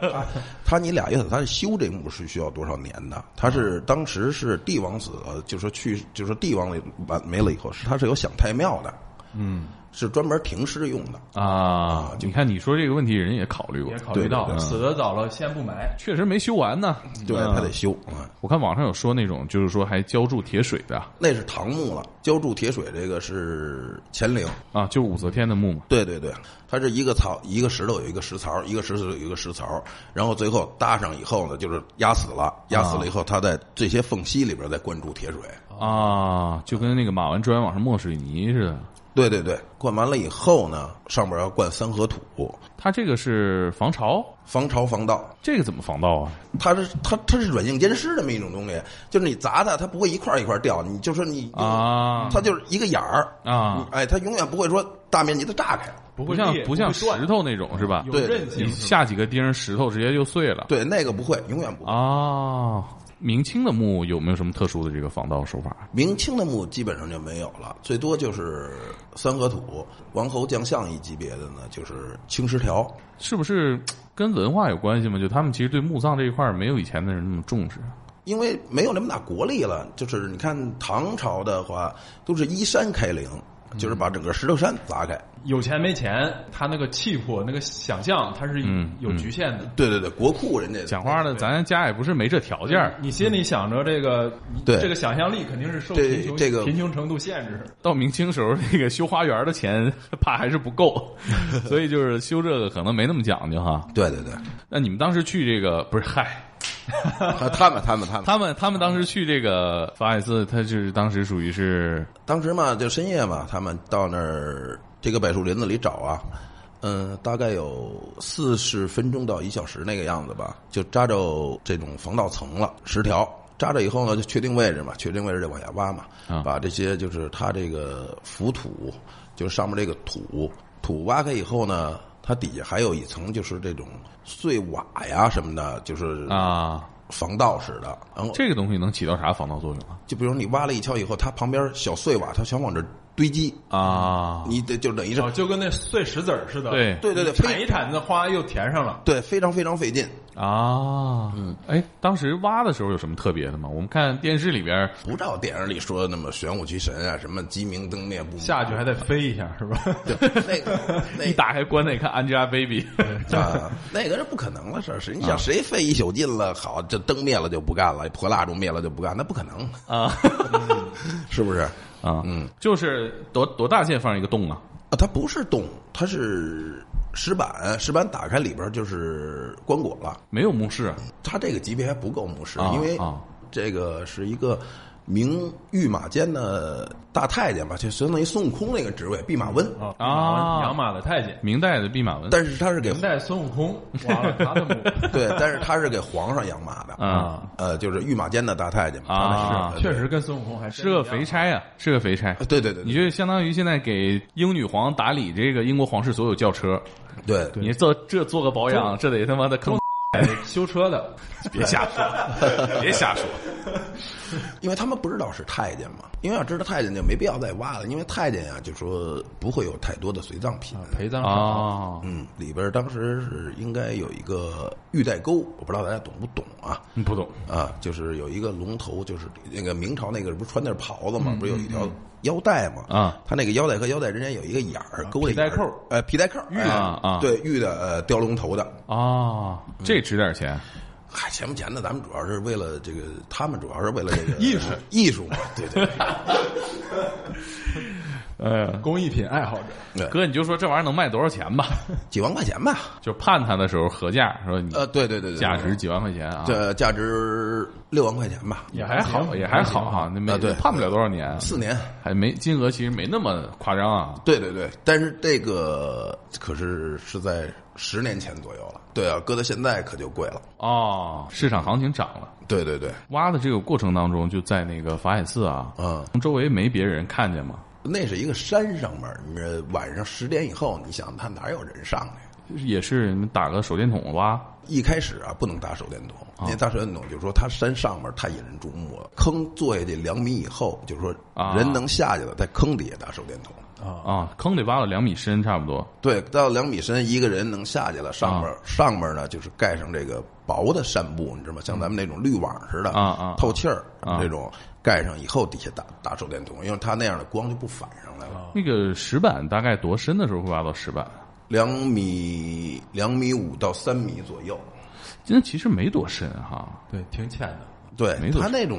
Speaker 2: 他你俩意思，他是修这墓是需要多少年的？他
Speaker 1: 嗯
Speaker 2: 是当时是帝呃王死了，就说去，就说帝王没完没了以后，是他是有享太庙的，嗯，是专门停尸用的。
Speaker 1: 啊，你看你说这个问题，人也考虑过
Speaker 3: 也，考虑
Speaker 2: 对
Speaker 3: 到
Speaker 1: 对对
Speaker 3: 死得早了，先不埋，
Speaker 1: 确实没修完呢。
Speaker 2: 对，
Speaker 1: 嗯
Speaker 2: 他得修啊，
Speaker 1: 我看网上有说那种，就是说还浇筑铁水的
Speaker 2: 那是唐墓了。浇筑铁水这个是乾陵，
Speaker 1: 啊，就是武则天的墓嘛。
Speaker 2: 对对对，它是一个槽，一个石头有一个石槽，一个石头有一个石槽，然后最后搭上以后呢，就是压死了，压死了以后，它在这些缝隙里边再灌注铁水。
Speaker 1: 啊，就跟那个马完砖往上抹水泥似的。
Speaker 2: 对对对，灌完了以后呢，上边要灌三合土，
Speaker 1: 它这个是防潮，
Speaker 2: 防潮防盗。
Speaker 1: 这个怎么防盗啊？
Speaker 2: 它是它它是软硬兼施这么一种东西，就是你砸它，它不会一块儿一块儿掉，你就说你用
Speaker 1: 啊
Speaker 2: 它就是一个眼儿
Speaker 1: 啊，
Speaker 2: 哎，它永远不会说大面积的炸开。
Speaker 3: 不
Speaker 1: 不
Speaker 3: 会
Speaker 1: 像
Speaker 3: 裂
Speaker 1: 不像
Speaker 3: 会断
Speaker 1: 石头那种是吧？
Speaker 3: 有
Speaker 2: 对
Speaker 3: 韧性
Speaker 1: 你。下几个钉儿，石头直接就碎了。
Speaker 2: 对，那个不会，永远不会。
Speaker 1: 啊，明清的墓有没有什么特殊的这个防盗手法？
Speaker 2: 明清的墓基本上就没有了，最多就是三合土、王侯将相一级别的呢，就是青石条。
Speaker 1: 是不是跟文化有关系吗？就他们其实对墓葬这一块儿没有以前的人那么重视。
Speaker 2: 因为没有那么大国力了，就是你看唐朝的话，都是依山开陵，就是把整个石头山砸开。
Speaker 3: 有钱没钱，他那个气魄、那个想象，他是
Speaker 1: 嗯
Speaker 3: 有局限的。
Speaker 2: 对对对，国库人家
Speaker 1: 讲话呢，咱家也不是没这条件儿，
Speaker 3: 你心里想着这个，你
Speaker 2: 嗯对
Speaker 3: 这个想象力肯定是受
Speaker 2: 这
Speaker 3: 贫穷
Speaker 2: 这个
Speaker 3: 贫穷程度限制。
Speaker 1: 到明清时候，那个修花园的钱 [LAUGHS] 怕还是不够，所以就是修这个可能没那么讲究哈。
Speaker 2: 对对对，
Speaker 1: 那你们当时去这个不是嗨？
Speaker 2: 他们他们他们
Speaker 1: 他们他们当时去这个法海寺，他是当时属于是
Speaker 2: 当时嘛，就深夜嘛，他们到那儿这个柏树林子里找啊，嗯，大概有四十分钟到一小时那个样子吧，就扎着这种防盗层了，十条。扎着以后呢，就确定位置嘛，确定位置就往下挖嘛
Speaker 1: 啊，
Speaker 2: 把这些就是它这个浮土，就是上面这个土，土挖开以后呢，它底下还有一层就是这种碎瓦呀什么的，就是
Speaker 1: 啊，
Speaker 2: 防盗似的。然后
Speaker 1: 这个东西能起到啥防盗作用啊？
Speaker 2: 就比如你挖了一锹以后，它旁边小碎瓦，它想往这儿堆积，
Speaker 1: 啊，
Speaker 2: 你得就等于是
Speaker 3: 哦，就跟那碎石子儿似的。
Speaker 1: 对
Speaker 2: 对对对
Speaker 3: 铲一铲子花又填上了。
Speaker 2: 对，非常非常费劲。
Speaker 1: 啊，嗯，哎，当时挖的时候有什么特别的吗？我们看电视里边儿
Speaker 2: 不照电影里说的那么玄武奇神啊，什么鸡鸣灯灭不
Speaker 3: 下去还得飞一下，是吧？
Speaker 2: 对
Speaker 3: [LAUGHS]
Speaker 1: [LAUGHS]
Speaker 2: 那个那
Speaker 1: 一打开棺材看 Angelababy，
Speaker 2: 啊，那个是不可能的事儿。谁你
Speaker 1: 啊
Speaker 2: 想谁费一宿劲了，好这灯灭了就不干了，破蜡烛灭了就不干，那不可能
Speaker 1: 啊，
Speaker 2: 是不是？
Speaker 1: 啊，嗯，就是多多大件放一个洞啊？
Speaker 2: 啊，它不是洞，它是石板，石板打开里边就是棺椁了。
Speaker 1: 没有墓室啊
Speaker 2: 它这个级别还不够墓室，
Speaker 1: 啊
Speaker 2: 因为
Speaker 1: 啊
Speaker 2: 这个是一个。名御马监的大太监吧，就相当于孙悟空那个职位，弼马温。
Speaker 3: 啊
Speaker 1: 啊
Speaker 3: 养马的太监，
Speaker 1: 明代的弼马温
Speaker 2: 但是他是给
Speaker 3: 明代孙悟空，完了他的母
Speaker 2: 对，但是他是给皇上养马的，
Speaker 1: 啊，
Speaker 2: 呃，就是御马监的大太监嘛，
Speaker 1: 啊
Speaker 2: 他那是
Speaker 3: [LAUGHS] 确实跟孙悟空还
Speaker 1: 是个肥
Speaker 3: 差。
Speaker 1: 差啊，是个肥差
Speaker 2: 呃。对对对，
Speaker 1: 你就相当于现在给英女皇打理这个英国皇室所有轿车，
Speaker 2: 对对
Speaker 1: 你做这做个保养，这得他妈的坑，
Speaker 3: 修
Speaker 2: [LAUGHS]
Speaker 3: 车的，
Speaker 1: 别瞎说，别瞎说。
Speaker 2: 因为他们不知道是太监嘛，因为要知道太监就没必要再挖了，因为太监呀、就说不会有太多的随葬品。
Speaker 3: 陪
Speaker 1: [LAUGHS]
Speaker 3: 葬少
Speaker 1: 啊，
Speaker 2: 嗯，里边当时是应该有一个玉带钩，我不知道大家懂不懂啊？
Speaker 1: 嗯不懂
Speaker 2: 啊，就是有一个龙头，就是那个明朝那个不是穿那袍子嘛，不是有一条腰带嘛？
Speaker 1: 啊，
Speaker 2: 他那个腰带和腰带之间有一个眼儿，勾着
Speaker 3: 皮带
Speaker 2: 眼儿
Speaker 3: 扣，
Speaker 2: 呃，皮带扣，玉
Speaker 1: 的啊
Speaker 2: 对，玉的呃雕龙头的，
Speaker 1: 啊，这值点钱
Speaker 2: 嗨，钱不钱的，咱们主要是为了这个，他们主要是为了这个
Speaker 3: 艺术，
Speaker 2: 艺术嘛，对对
Speaker 1: [LAUGHS] 呃
Speaker 3: 工艺品爱好者，
Speaker 2: 对，
Speaker 1: 哥，你就说这玩意儿能卖多少钱
Speaker 2: [LAUGHS]
Speaker 1: 吧？
Speaker 2: 几万块钱吧，
Speaker 1: 就判他的时候合价说你
Speaker 2: 呃，对对对对，
Speaker 1: 价值几万块钱啊，
Speaker 2: 这价值六万块钱吧，
Speaker 1: 也还好，也还好哈，那没
Speaker 2: 啊对
Speaker 1: 判不了多少年，
Speaker 2: 四年，
Speaker 1: 还没金额其实没那么夸张啊。
Speaker 2: 对对对，但是这个可是是在十年前左右了，对啊，搁到现在可就贵了，
Speaker 1: 哦，市场行情涨了。
Speaker 2: 对对对，
Speaker 1: 挖的这个过程当中，就在那个法海寺啊，
Speaker 2: 嗯，
Speaker 1: 周围没别人看见吗？
Speaker 2: 那是一个山上面，你这晚上十点以后，你想他哪有人上去？
Speaker 1: 也是你们打个手电筒挖，
Speaker 2: 一开始啊，不能搭手电筒，
Speaker 1: 啊
Speaker 2: 因为搭手电筒就是说它山上面太引人注目了。坑坐下去两米以后，就是说
Speaker 1: 啊
Speaker 2: 人能下去了，在坑底下搭手电筒。
Speaker 1: 啊，坑得挖了两米深差不多
Speaker 2: 对，到两米深，一个人能下去了，上
Speaker 1: 啊
Speaker 2: 面、上面呢就是盖上这个薄的扇布，你知道吗？像咱们那种滤网似的，
Speaker 1: 嗯啊啊
Speaker 2: 透气儿、
Speaker 1: 啊
Speaker 2: 这种，盖上以后，底下打打手电筒，因为它那样的光就不反上来了。
Speaker 1: 那个石板大概多深的时候会挖到石板？
Speaker 2: 两米两米五到三米左右，
Speaker 1: 今天其实没多深哈，
Speaker 3: 对，挺浅的。
Speaker 2: 对
Speaker 1: 没多
Speaker 2: 它那种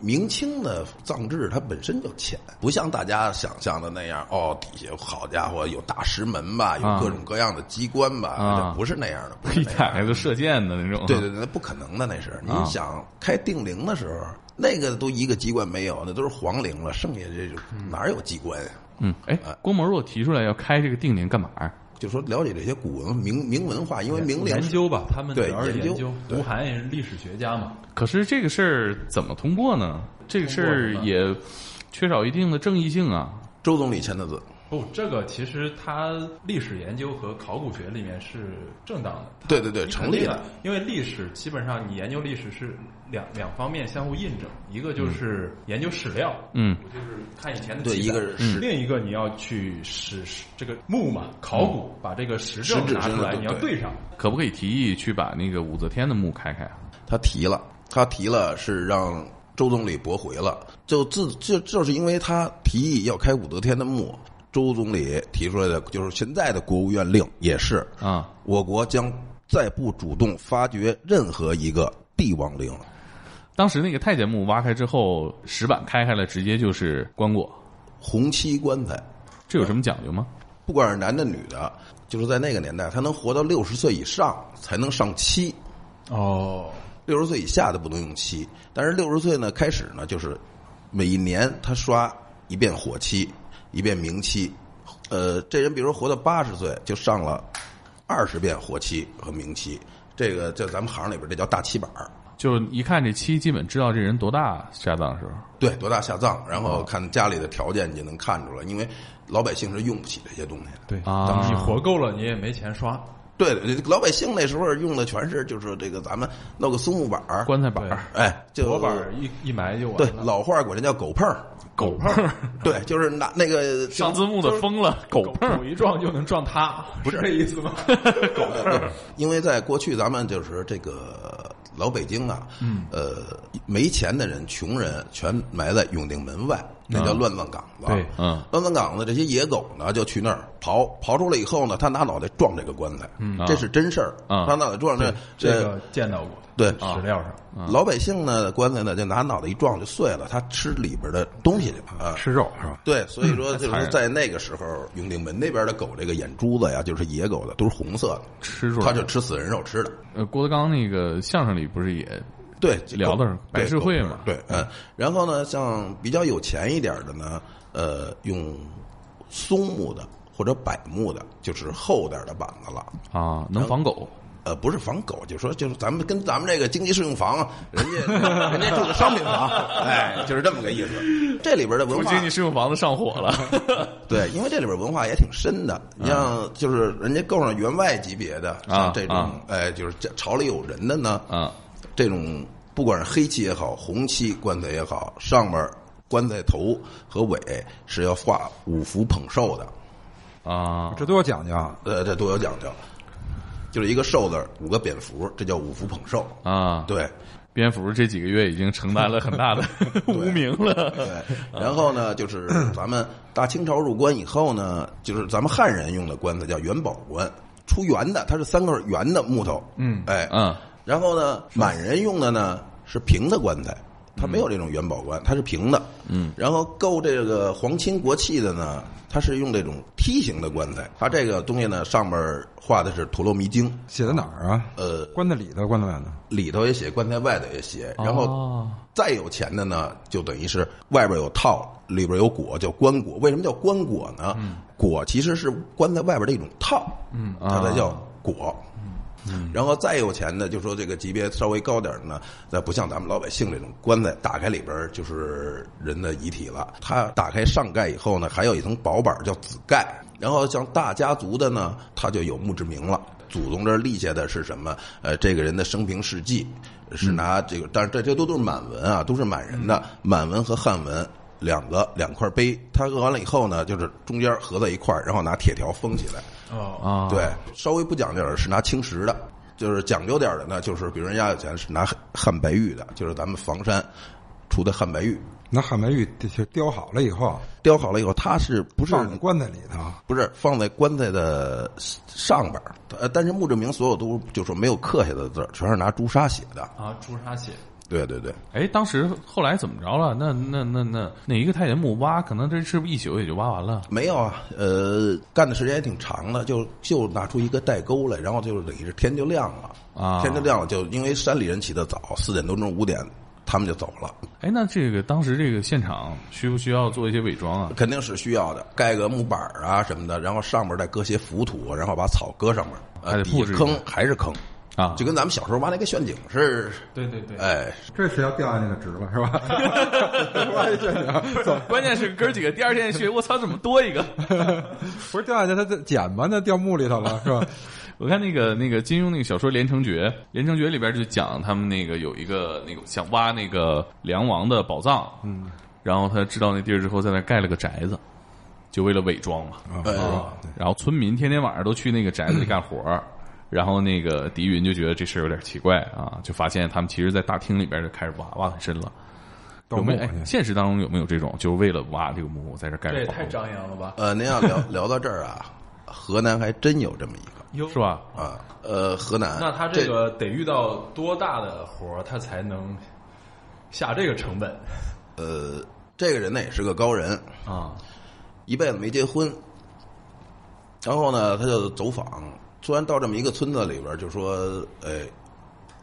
Speaker 2: 明清的葬制，它本身就浅，不像大家想象的那样。哦，底下好家伙，有大石门吧，
Speaker 1: 啊
Speaker 2: 有各种各样的机关吧，
Speaker 1: 啊
Speaker 2: 这不是那样的，不是
Speaker 1: 一
Speaker 2: 那样的。
Speaker 1: 踩就射箭的那种。
Speaker 2: 对对对，那不可能的，那是。您
Speaker 1: 啊
Speaker 2: 想开定陵的时候，那个都一个机关没有，那都是皇陵了，剩下这就哪有机关呀？
Speaker 1: 嗯，哎，光毛如果提出来要开这个定陵干嘛呀？
Speaker 2: 就说了解这些古文明明文化，因为明
Speaker 3: 哎研
Speaker 2: 陵是
Speaker 3: 究吧，他们主
Speaker 2: 对
Speaker 3: 要是
Speaker 2: 研
Speaker 3: 研
Speaker 2: 究
Speaker 3: 究。
Speaker 2: 对
Speaker 3: 吴晗也是历史学家嘛，
Speaker 1: 可是这个事儿怎么通过呢？这个事儿也缺少一定的正义性啊。
Speaker 2: 周总理签的字，
Speaker 3: 不，这个其实它历史研究和考古学里面是正当的，
Speaker 2: 对对对，
Speaker 3: 它
Speaker 2: 成立
Speaker 3: 了
Speaker 2: 了。。
Speaker 3: 因为历史基本上你研究历史是两两方面相互印证，一个就是研究史料，
Speaker 1: 嗯，
Speaker 3: 我就是看以前的
Speaker 2: 对
Speaker 3: 记载
Speaker 2: 一个是史嗯
Speaker 3: 另一个你要去史史这个墓嘛，考古把这个实证
Speaker 2: 实质
Speaker 3: 拿出
Speaker 2: 上
Speaker 3: 来，
Speaker 2: 的
Speaker 3: 你要
Speaker 2: 对
Speaker 3: 对上。
Speaker 1: 可不可以提议去把那个武则天的墓开开啊？
Speaker 2: 他提了，他提了是让周总理驳回了。就自就就是因为他提议要开武则天的墓，周总理提出来的就是现在的国务院令也是，
Speaker 1: 啊，
Speaker 2: 我国将再不主动发掘任何一个帝王陵了。
Speaker 1: 当时那个太监墓挖开之后，石板开开了，直接就是棺椁，
Speaker 2: 红漆棺材，
Speaker 1: 这有什么讲究吗？
Speaker 2: 不管是男的女的，就是在那个年代，他能活到六十岁以上才能上漆，
Speaker 3: 哦，
Speaker 2: 六十岁以下的不能用漆。但是六十岁呢，开始呢就是每一年他刷一遍火漆，一遍明漆。呃，这人比如说活到八十岁，就上了二十遍火漆和明漆。这个在咱们行里边，这叫大漆板儿。
Speaker 1: 就一看这漆，基本知道这人多大下葬的时候。
Speaker 2: 对，多大下葬，然后看家里的条件，你就能看出来，因为老百姓是用不起这些东西的。
Speaker 3: 对
Speaker 1: 啊
Speaker 3: 你活够了，你也没钱刷。
Speaker 2: 对，老百姓那时候用的全是就是这个咱们弄个松木板儿，
Speaker 1: 棺材板儿，
Speaker 2: 哎，就
Speaker 3: 火板儿一一埋就完
Speaker 2: 对
Speaker 3: 了。
Speaker 2: 老话管这叫狗碰儿，
Speaker 1: 狗碰儿，
Speaker 2: 对，就是拿那个
Speaker 1: 上字幕的疯了，狗碰儿
Speaker 3: 狗一撞就能撞塌，不是这
Speaker 2: [LAUGHS]
Speaker 3: 意思吗？
Speaker 2: 因为在过去咱们就是这个老北京啊，嗯，呃，没钱的人、穷人全埋在永定门外，那叫乱葬岗子。
Speaker 3: 对
Speaker 1: 嗯
Speaker 2: 乱葬岗子这些野狗呢，就去那儿刨，刨出来以后呢，他拿脑袋撞这个棺材，嗯
Speaker 1: 啊
Speaker 2: 这是真事儿，
Speaker 1: 啊
Speaker 2: 他拿脑袋撞这
Speaker 3: [LAUGHS] 这个啊见到过，
Speaker 2: 对
Speaker 3: 史料上。
Speaker 2: 老百姓呢，棺材呢就拿脑袋一撞就碎了，他吃里边的东西去了啊。
Speaker 4: 吃肉是吧？
Speaker 2: 对，所以说就
Speaker 1: 残
Speaker 2: 是
Speaker 1: 忍
Speaker 2: 在那个时候，永定门那边的狗，这个眼珠子呀，就是野狗的，都是红色的，
Speaker 1: 吃住了。
Speaker 2: 它就吃死人肉吃的。
Speaker 1: 呃，郭德纲那个相声里不是也
Speaker 2: 对，
Speaker 1: 聊的
Speaker 2: 狗
Speaker 1: 是百事汇嘛
Speaker 2: 对，狗对，嗯。然后呢，像比较有钱一点的呢，呃，用松木的或者柏木的，就是厚点的板子了。
Speaker 1: 啊能防狗？
Speaker 2: 呃，不是防狗，就说就是咱们跟咱们这个经济适用房
Speaker 1: [LAUGHS]
Speaker 2: 啊，人家人家住的商品房，哎，就是这么个意思。这里边的文
Speaker 1: 我
Speaker 2: 化，
Speaker 1: 经济适用房子上火了，
Speaker 2: 对，因为这里边文化也挺深的。你像就是人家够上员外级别的，像这种、
Speaker 1: 嗯啊
Speaker 2: 哎，就是这朝里有人的呢，
Speaker 1: [LAUGHS] 啊，
Speaker 2: 这种不管是黑漆也好，红漆棺材也好，上面棺材头和尾是要画五福捧寿的，
Speaker 1: 啊，
Speaker 4: 这都有讲究啊。
Speaker 2: 呃，这都有讲究，就是一个寿字儿五个蝙蝠，这叫五福捧寿。
Speaker 1: 啊，
Speaker 2: 对，
Speaker 1: 蝙蝠这几个月已经承担了很大 [LAUGHS] 的无名 [LAUGHS] 了。
Speaker 2: 对，然后呢，就是咱们大清朝入关以后呢，就是咱们汉人用的棺材叫元宝棺，出圆的，它是三块圆的木头，嗯，哎，
Speaker 1: 嗯，
Speaker 2: 然后呢，满人用的呢是平的棺材，它没有这种元宝棺，它是平的，嗯，然后够这个皇亲国戚的呢，它是用这种梯形的棺材，它这个东西呢上面画的是陀罗尼经，
Speaker 4: 写在哪儿啊？
Speaker 2: 呃，
Speaker 4: 棺材里头，棺材外头。
Speaker 2: 里头也写，棺材外头也写，然后
Speaker 1: 哦
Speaker 2: 再有钱的呢，就等于是外边有套，里边有果，叫棺椁。为什么叫棺椁呢？椁其实是棺材外边的一种套，嗯，它才叫椁。然后再有钱的，就说这个级别稍微高点儿的呢，那不像咱们老百姓这种棺材打开里边儿就是人的遗体了。它打开上盖以后呢，还有一层薄板儿叫子盖。然后像大家族的呢，它就有墓志铭了。祖宗这儿立下的是什么？呃，这个人的生平事迹是拿这个，但是这这都都是满文啊，都是满人的满文和汉文。两个两块碑，它刻完了以后呢，就是中间合在一块儿，然后拿铁条封起来，
Speaker 3: 哦，
Speaker 1: 啊，
Speaker 2: 对，稍微不讲究点儿是拿青石的，就是讲究点儿的呢，就是比如人家有钱是拿汉白玉的，就是咱们房山。出的汉白玉，
Speaker 4: 那汉白玉就雕好了以后，
Speaker 2: 雕好了以后，它是不是
Speaker 4: 放在棺材里头，
Speaker 2: 不是放在棺材的上边儿，呃，但是墓志铭所有都就说没有刻下的字儿，全是拿朱砂写的。
Speaker 3: 啊，朱砂血，
Speaker 2: 对对对，
Speaker 1: 哎，当时后来怎么着了？那那那那那一个太监墓挖，可能这是不是一宿也就挖完了？
Speaker 2: 没有啊，呃，干的时间也挺长的，就就拿出一个代沟来，然后就等于是天就亮了
Speaker 1: 啊
Speaker 2: 天就亮了，就因为山里人起得早，四点多钟五点他们就走了，
Speaker 1: 哎，那这个当时这个现场需不需要做一些伪装啊？
Speaker 2: 肯定是需要的，盖个木板儿啊什么的，然后上面再搁些浮土，然后把草搁上面，
Speaker 1: 还
Speaker 2: 呃，
Speaker 1: 得
Speaker 2: 底
Speaker 1: 布置一
Speaker 2: 下
Speaker 1: 下
Speaker 2: 坑还是坑，
Speaker 1: 啊，
Speaker 2: 就跟咱们小时候挖那个陷阱是，
Speaker 3: 对对对，
Speaker 2: 哎，
Speaker 4: 这是要掉下去的值了是吧？挖一陷阱，走，
Speaker 1: 关键是哥儿几个第二天去，我操，怎么多一个？
Speaker 4: [LAUGHS] 不是掉下去它就捡吧，那掉墓里头了是吧？
Speaker 1: 我看那个那个金庸那个小说《连城诀》，《连城诀》里边就讲他们那个有一个那个想挖那个梁王的宝藏，嗯，然后他知道那地儿之后，在那儿盖了个宅子，就为了啊伪装嘛。
Speaker 2: 哎
Speaker 1: 然后村民天天晚上都去那个宅子里干活 [CLEARS THROAT] 儿，然后那个狄云就觉得这事儿有点奇怪啊，就发现他们其实，在大厅里边就开始挖，挖很深了。
Speaker 4: 盗
Speaker 1: 有
Speaker 4: 墓
Speaker 1: 没有？哎，
Speaker 4: 去，
Speaker 1: 现实当中有没有这种，就是为了挖这个墓在这儿盖
Speaker 3: 这也
Speaker 1: 个
Speaker 3: 太
Speaker 1: 房子，
Speaker 3: 张扬了吧？
Speaker 2: 呃，您要聊聊到这儿啊，河南还真有这么一个
Speaker 3: 哟
Speaker 1: 是？吧？
Speaker 2: 啊，呃，河南，
Speaker 3: 那他
Speaker 2: 这
Speaker 3: 这个得遇到多大的活儿，他才能下这个成
Speaker 1: [LAUGHS]
Speaker 3: 本
Speaker 2: 呃，这个人呢也是个高人，
Speaker 3: 啊？
Speaker 2: 一辈子没结婚，然后呢，他就走访，突然到这么一个村子里边儿，就说，哎，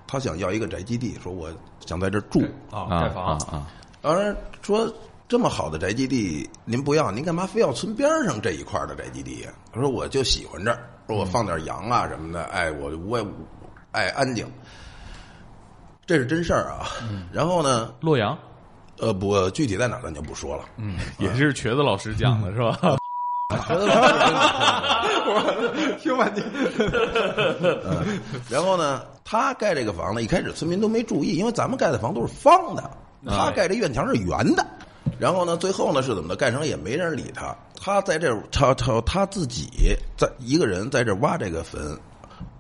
Speaker 2: 他想要一个宅基地，说我想在这儿住，
Speaker 3: 啊，
Speaker 1: 啊
Speaker 3: 盖房
Speaker 1: 啊啊！
Speaker 2: 当然说这么好的宅基地您不要，您干嘛非要村边上这一块儿的宅基地呀、他说我就喜欢这儿，说我放点羊啊什么的，哎，我我爱安静，这是真事儿啊。然后呢，
Speaker 1: 洛阳
Speaker 2: 呃，不，具体在哪儿咱就不说了。嗯，
Speaker 1: 也是瘸子老师讲的是吧？
Speaker 4: 听半天，
Speaker 2: 然后呢，他盖这个房呢，一开始村民都没注意，因为咱们盖的房都是方
Speaker 1: 啊
Speaker 2: 的，他盖这院墙是圆的。然后呢，最后呢是怎么的？盖成也没人理他，他在这儿他他他自己在一个人在这儿挖这个坟，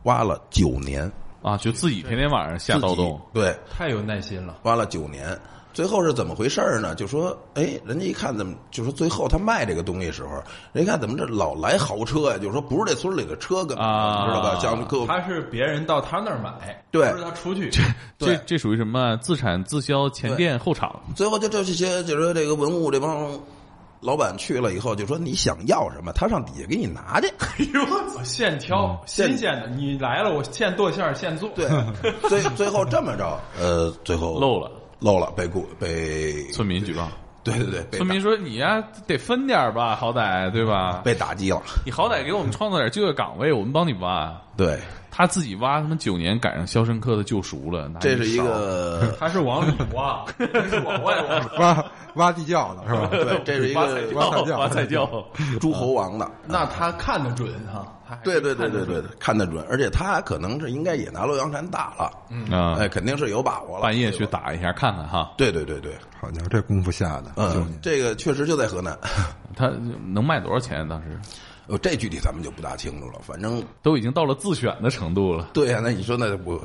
Speaker 2: 挖了九年，
Speaker 1: 啊，就自己天天晚上下
Speaker 2: 自
Speaker 1: 盗
Speaker 2: 己
Speaker 1: 洞，
Speaker 2: 对，
Speaker 3: 太有耐心了。
Speaker 2: 挖了九年。最后是怎么回事儿呢？就说，哎，人家一看怎么，就说最后他卖这个东西时候，人家看怎么这老来豪车呀、就说不是这村里的车，根本、
Speaker 1: 啊
Speaker 2: 知道吧？像各
Speaker 3: 他是别人到他那儿买，
Speaker 2: 对
Speaker 3: 不是他出去。 [LAUGHS] 哎
Speaker 1: 这这属于什么啊？自产自销，前店后厂
Speaker 2: 最后就这这些，就说这个文物这帮老板去了以后，就说你想要什么，他上底下给你拿去。
Speaker 3: 我现挑
Speaker 2: 嗯现
Speaker 3: 新鲜的，你来了我现剁馅儿现做。
Speaker 2: 对，最最后这么着，呃，最后
Speaker 1: 漏了，
Speaker 2: 漏了，被雇被
Speaker 1: 村民举报。
Speaker 2: 对对对被
Speaker 1: 村
Speaker 2: 打嗯
Speaker 1: 民说：“你呀、得分点儿吧，好歹对吧？
Speaker 2: 被打击了，
Speaker 1: 你好歹给我们创造点就业岗位，我们帮你挖。
Speaker 2: 对，”
Speaker 1: 他自己挖，他妈九年赶上《肖申克的救赎》了，拿
Speaker 2: 这是一
Speaker 1: 勺
Speaker 2: 个。
Speaker 3: 他是啊往里
Speaker 2: [LAUGHS]
Speaker 3: 挖，不是往外挖。
Speaker 4: 挖挖地窖的是吧？
Speaker 2: 对，这是一
Speaker 1: 挖菜
Speaker 2: 个
Speaker 4: 挖菜窖
Speaker 1: 窖，挖菜窖。
Speaker 2: 诸侯王的，
Speaker 3: 那他看得准哈、他还是
Speaker 2: 对对对
Speaker 3: 看
Speaker 2: 对
Speaker 3: 得
Speaker 2: 对，
Speaker 3: 准
Speaker 2: 对看得准，而且他可能是应该也拿洛阳铲打了，嗯，
Speaker 1: 啊
Speaker 2: 哎，，肯定是有把握了。
Speaker 1: 半夜
Speaker 2: 对
Speaker 1: 去
Speaker 2: 吧，
Speaker 1: 打一下看看哈，
Speaker 2: 对对对对，
Speaker 4: [LAUGHS] 好家伙，这功夫下的，九
Speaker 2: 嗯
Speaker 4: 年，
Speaker 2: 这个确实就在河南，
Speaker 1: 他能卖多少钱？当时
Speaker 2: 呃，这具体咱们就不大清楚了，反正
Speaker 1: 都已经到了自选的程度了。
Speaker 2: 对呀、啊那你说那不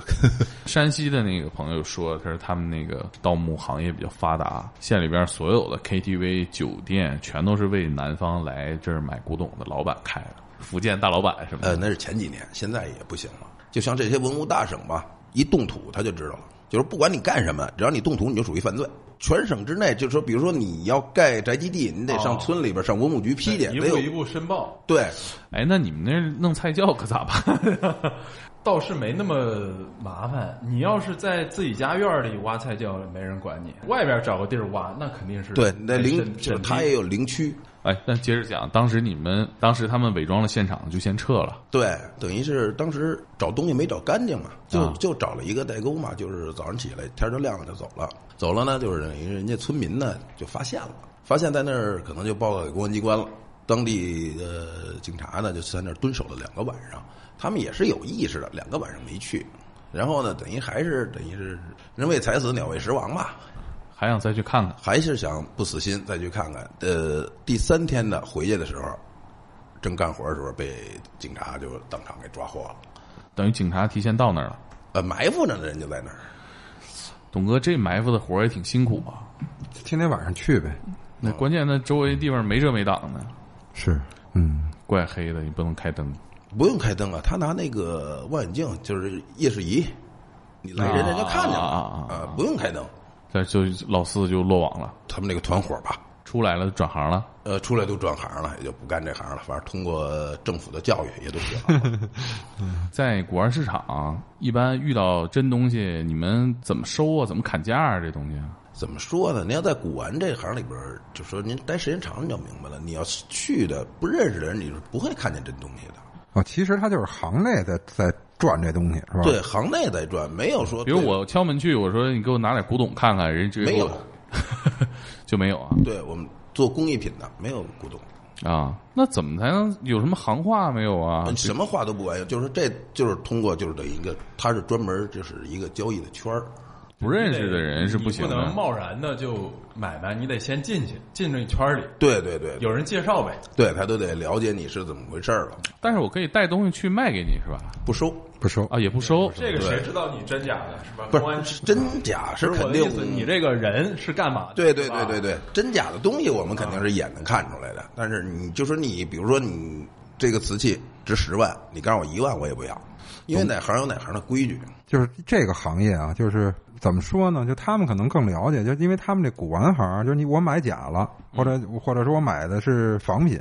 Speaker 1: 山西的那个朋友说，他说他们那个盗墓行业比较发达，县里边所有的 KTV、酒店全都是为南方来这儿买古董的老板开的，福建大老板什么
Speaker 2: 呃，
Speaker 1: 的。
Speaker 2: 那是前几年，现在也不行了。就像这些文物大省吧，一动土他就知道了，就是不管你干什么，只要你动土，你就属于犯罪。全省之内，就是说，比如说你要盖宅基地，你得上
Speaker 3: 哦
Speaker 2: 村里边上文物局批去，
Speaker 3: 一
Speaker 2: 得
Speaker 3: 步
Speaker 2: 有
Speaker 3: 一步申报，
Speaker 2: 对，
Speaker 1: 哎，那你们那儿弄菜窖可咋办？
Speaker 3: 倒是没那么麻烦。你要是在自己家院儿里挖菜窖，没人管你；外边找个地儿挖，那肯定是
Speaker 2: 对，那
Speaker 3: 得
Speaker 2: 陵
Speaker 3: 审
Speaker 2: 就是
Speaker 3: 审
Speaker 2: 他
Speaker 3: 批
Speaker 2: 也有陵区，
Speaker 1: 哎，但接着讲，当时你们当时他们伪装了现场，就先撤了。
Speaker 2: 对，等于是当时找东西没找干净嘛，就、
Speaker 1: 啊
Speaker 2: 就找了一个代沟嘛，就是早上起来天儿就亮了就走了，走了呢，就是人人家村民呢就发现了，发现在那儿可能就报告给公安机关了，当地的警察呢就在那儿蹲守了两个晚上，他们也是有意识的，两个晚上没去，然后呢，等于还是等于是人为财死，鸟为食亡吧，
Speaker 1: 还想再去看看，
Speaker 2: 还是想不死心再去看看。呃，第三天呢，回去的时候，正干活的时候被警察就当场给抓获了。
Speaker 1: 等于警察提前到那儿了。
Speaker 2: 呃，埋伏着呢，人就在那儿。
Speaker 1: 董哥，这埋伏的活儿也挺辛苦啊。
Speaker 4: 天天晚上去呗。
Speaker 1: 那关键那周围地方没遮没挡的，
Speaker 4: 是，嗯，
Speaker 1: 怪黑的，你不能开灯。
Speaker 2: 不用开灯啊，他拿那个望远镜，就是夜视仪，你来人人家看见了
Speaker 1: 啊啊啊
Speaker 2: 啊，不用开灯。
Speaker 1: 但就老四就落网了，
Speaker 2: 他们那个团伙吧，
Speaker 1: 出来了转行了。
Speaker 2: 呃，出来都转行了，也就不干这行了。反正通过政府的教育，也都学好了。 [LAUGHS]
Speaker 1: 在古玩市场，一般遇到真东西，你们怎么收啊？怎么砍价啊？这东西啊
Speaker 2: 怎么说呢？您要在古玩这行里边儿，就说您待时间长，你就明白了。你要是去的不认识的人，你是不会看见真东西的。
Speaker 1: 啊
Speaker 4: 哦，其实他就是行内在在转这东西，是吧？
Speaker 2: 对，，行内在转，没有说
Speaker 1: 比如我敲门去，我说你给我拿点古董看看，人直接
Speaker 2: 没
Speaker 1: 给
Speaker 2: 有
Speaker 1: 我，就没有啊
Speaker 2: 对对我们做工艺品的，没有古董，
Speaker 1: 啊？那怎么才能有什么行话没有啊？
Speaker 2: 什么话都不管用。就是这就是通过就是等于一个，它是专门就是一个交易的圈儿。
Speaker 1: 不认识的人是不行
Speaker 3: 你不能
Speaker 1: 的。
Speaker 3: 贸然的就买卖，你得先进去，进这圈里，
Speaker 2: 对对对，
Speaker 3: 有人介绍呗。
Speaker 2: 对他都得了解你是怎么回事儿了，
Speaker 1: 但是我可以带东西去卖给你是吧？
Speaker 2: 不收。
Speaker 4: 不收。
Speaker 1: 啊，也不收。
Speaker 3: 这个谁知道你真假的，是吧？
Speaker 2: 不
Speaker 3: 公安
Speaker 2: 是真假是
Speaker 3: 不是我
Speaker 2: 肯
Speaker 3: 的
Speaker 2: 定嗯
Speaker 3: 意思，你这个人是干嘛的？
Speaker 2: 对对
Speaker 3: 是吧啊
Speaker 2: 对对对，真假的东西我们肯定是眼能看出来的。但是你就说你，比如说你这个瓷器值十万，你告诉我一万，我也不要，因为哪行有哪行的规矩。
Speaker 4: 就是这个行业啊，就是怎么说呢？就他们可能更了解，就因为他们这古玩行，就是你我买假了，或者或者说我买的是仿品，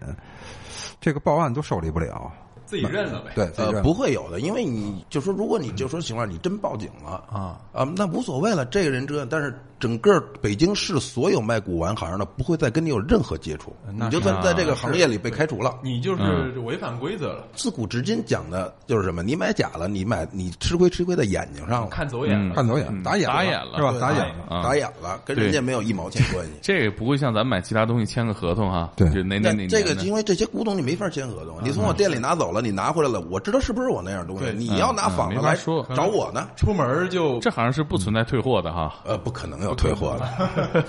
Speaker 4: 这个报案都受理不了。
Speaker 3: 自己认了呗。
Speaker 1: 嗯
Speaker 4: 对，这
Speaker 2: 呃，
Speaker 4: 个
Speaker 2: 不会有的，因为你就说，如果你就说情况，你真报警了啊啊，那无所谓了，这个人这样。但是整个北京市所有卖古玩行的，不会再跟你有任何接触，
Speaker 3: 那
Speaker 2: 你就是算在这个行业里被开除了。
Speaker 3: 你就是
Speaker 1: 嗯
Speaker 3: 违反规则了，
Speaker 2: 自古至今讲的就是什么？你买假了，你买你吃亏吃亏在眼睛上了，
Speaker 3: 看走眼了。
Speaker 4: 看走眼，
Speaker 1: 嗯
Speaker 4: 打眼
Speaker 1: 打眼了
Speaker 4: 是吧？
Speaker 2: 对
Speaker 4: 打
Speaker 2: 打
Speaker 4: 眼了。
Speaker 1: 啊
Speaker 2: 打眼了，跟人家没有一毛钱关系。
Speaker 1: 这个不会像咱们买其他东西签个合同哈，
Speaker 4: 对
Speaker 1: 就哪哪
Speaker 2: 那
Speaker 1: 哪
Speaker 2: 这
Speaker 1: 年
Speaker 2: 个
Speaker 1: 的
Speaker 2: 因为这些古董你没法签合同，你从我店里拿走了，你拿回来了，我知道是不是我那样东西。
Speaker 3: 对
Speaker 2: 你要拿仿的
Speaker 1: 嗯嗯没法
Speaker 2: 来
Speaker 1: 说
Speaker 2: 找我呢，
Speaker 3: 出门儿就
Speaker 1: 这好像是不存在退货的哈。
Speaker 2: 呃，不可能有退货的。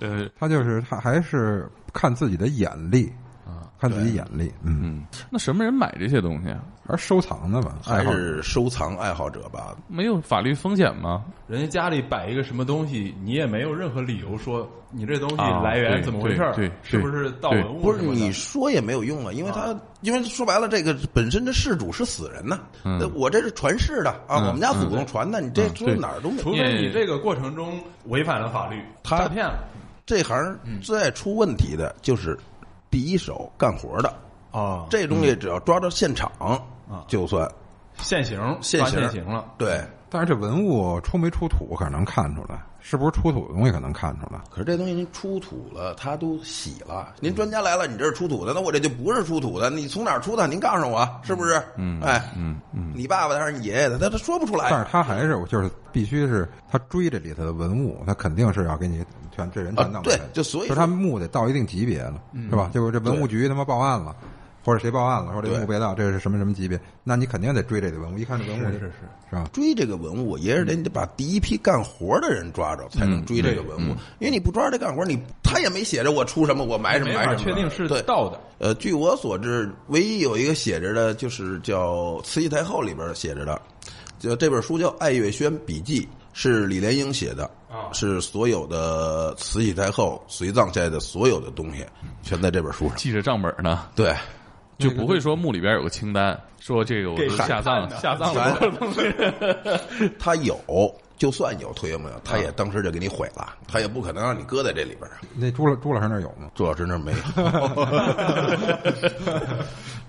Speaker 1: 呃，
Speaker 4: 他就是他还是看自己的眼力啊，看自己眼力，嗯，
Speaker 1: 嗯，那什么人买这些东西啊？
Speaker 4: 还是收藏的吧，
Speaker 2: 还
Speaker 4: 爱好
Speaker 2: 是收藏爱好者吧，
Speaker 1: 没有法律风险吗？
Speaker 3: 人家家里摆一个什么东西，你也没有任何理由说你这东西
Speaker 1: 啊
Speaker 3: 来
Speaker 1: 对
Speaker 3: 源怎么回事儿，
Speaker 1: 对对
Speaker 3: 是不是盗文物？
Speaker 2: 不是你，说也没有用啊，因为他、因为说白了，这个本身这事主是死人呐、
Speaker 1: 嗯
Speaker 2: 那我这是传世的啊，我们家祖宗传的，你这说哪儿都没。
Speaker 3: 除非你这个过程中违反了法律，
Speaker 2: 他
Speaker 3: 诈骗了。
Speaker 2: 这行最爱出问题的就是第一手干活的，
Speaker 3: 哦，
Speaker 2: 这东西只要抓到现场，就算
Speaker 3: 现行，
Speaker 2: 现
Speaker 3: 抓
Speaker 2: 行
Speaker 3: 现行了。
Speaker 2: 对。
Speaker 4: 但是这文物出没出土可能看出来，是不是出土的东西可能看出来。
Speaker 2: 可是这东西您出土了，它都洗了。您专家来了，你这是出土的，那我这就不是出土的。你从哪儿出的？您告诉我，是不是？嗯，哎，嗯嗯，你爸爸他是你爷爷的，他他说不出来。
Speaker 4: 但是他还是就是必须是他追这里头的文物，他肯定是要给你全这人全弄
Speaker 2: 啊
Speaker 4: 过来
Speaker 2: 对就所以嗯
Speaker 4: 就是他目得到一定级别了，是吧？就是这文物局他妈报案了。或者谁报案了，说这文物被盗，这是什么什么级别？那你肯定得追这个文物，一看这文物是是是吧？
Speaker 2: 追这个文物，也是得你得把第一批干活的人抓着，才能追这个文
Speaker 3: 嗯
Speaker 2: 物。因为你不抓这干活，你他也没写着我出什么，我埋什么
Speaker 3: 没
Speaker 2: 埋什
Speaker 3: 法
Speaker 2: 么。
Speaker 3: 确定是
Speaker 2: 对。
Speaker 3: 盗的，
Speaker 2: 呃，据我所知，唯一有一个写着的，就是叫《慈禧太后》里边写着的，就这本书叫《爱月轩笔记》，是李莲英写的，
Speaker 3: 啊
Speaker 2: 是所有的慈禧太后随葬下来的所有的东西，全在这本
Speaker 3: 啊
Speaker 2: 书上。
Speaker 1: 记着账本呢，
Speaker 2: 对，
Speaker 1: 就不会说墓里边有个清单，说这个我
Speaker 3: 给
Speaker 1: 都下葬
Speaker 3: 看的
Speaker 1: 下葬了多少东西。
Speaker 2: 他有，就算有退也没有，他也当时就给你毁了，他也不可能让你搁在这里边儿。啊
Speaker 4: 那朱老朱老师那儿有吗？
Speaker 2: 朱老师那儿没有。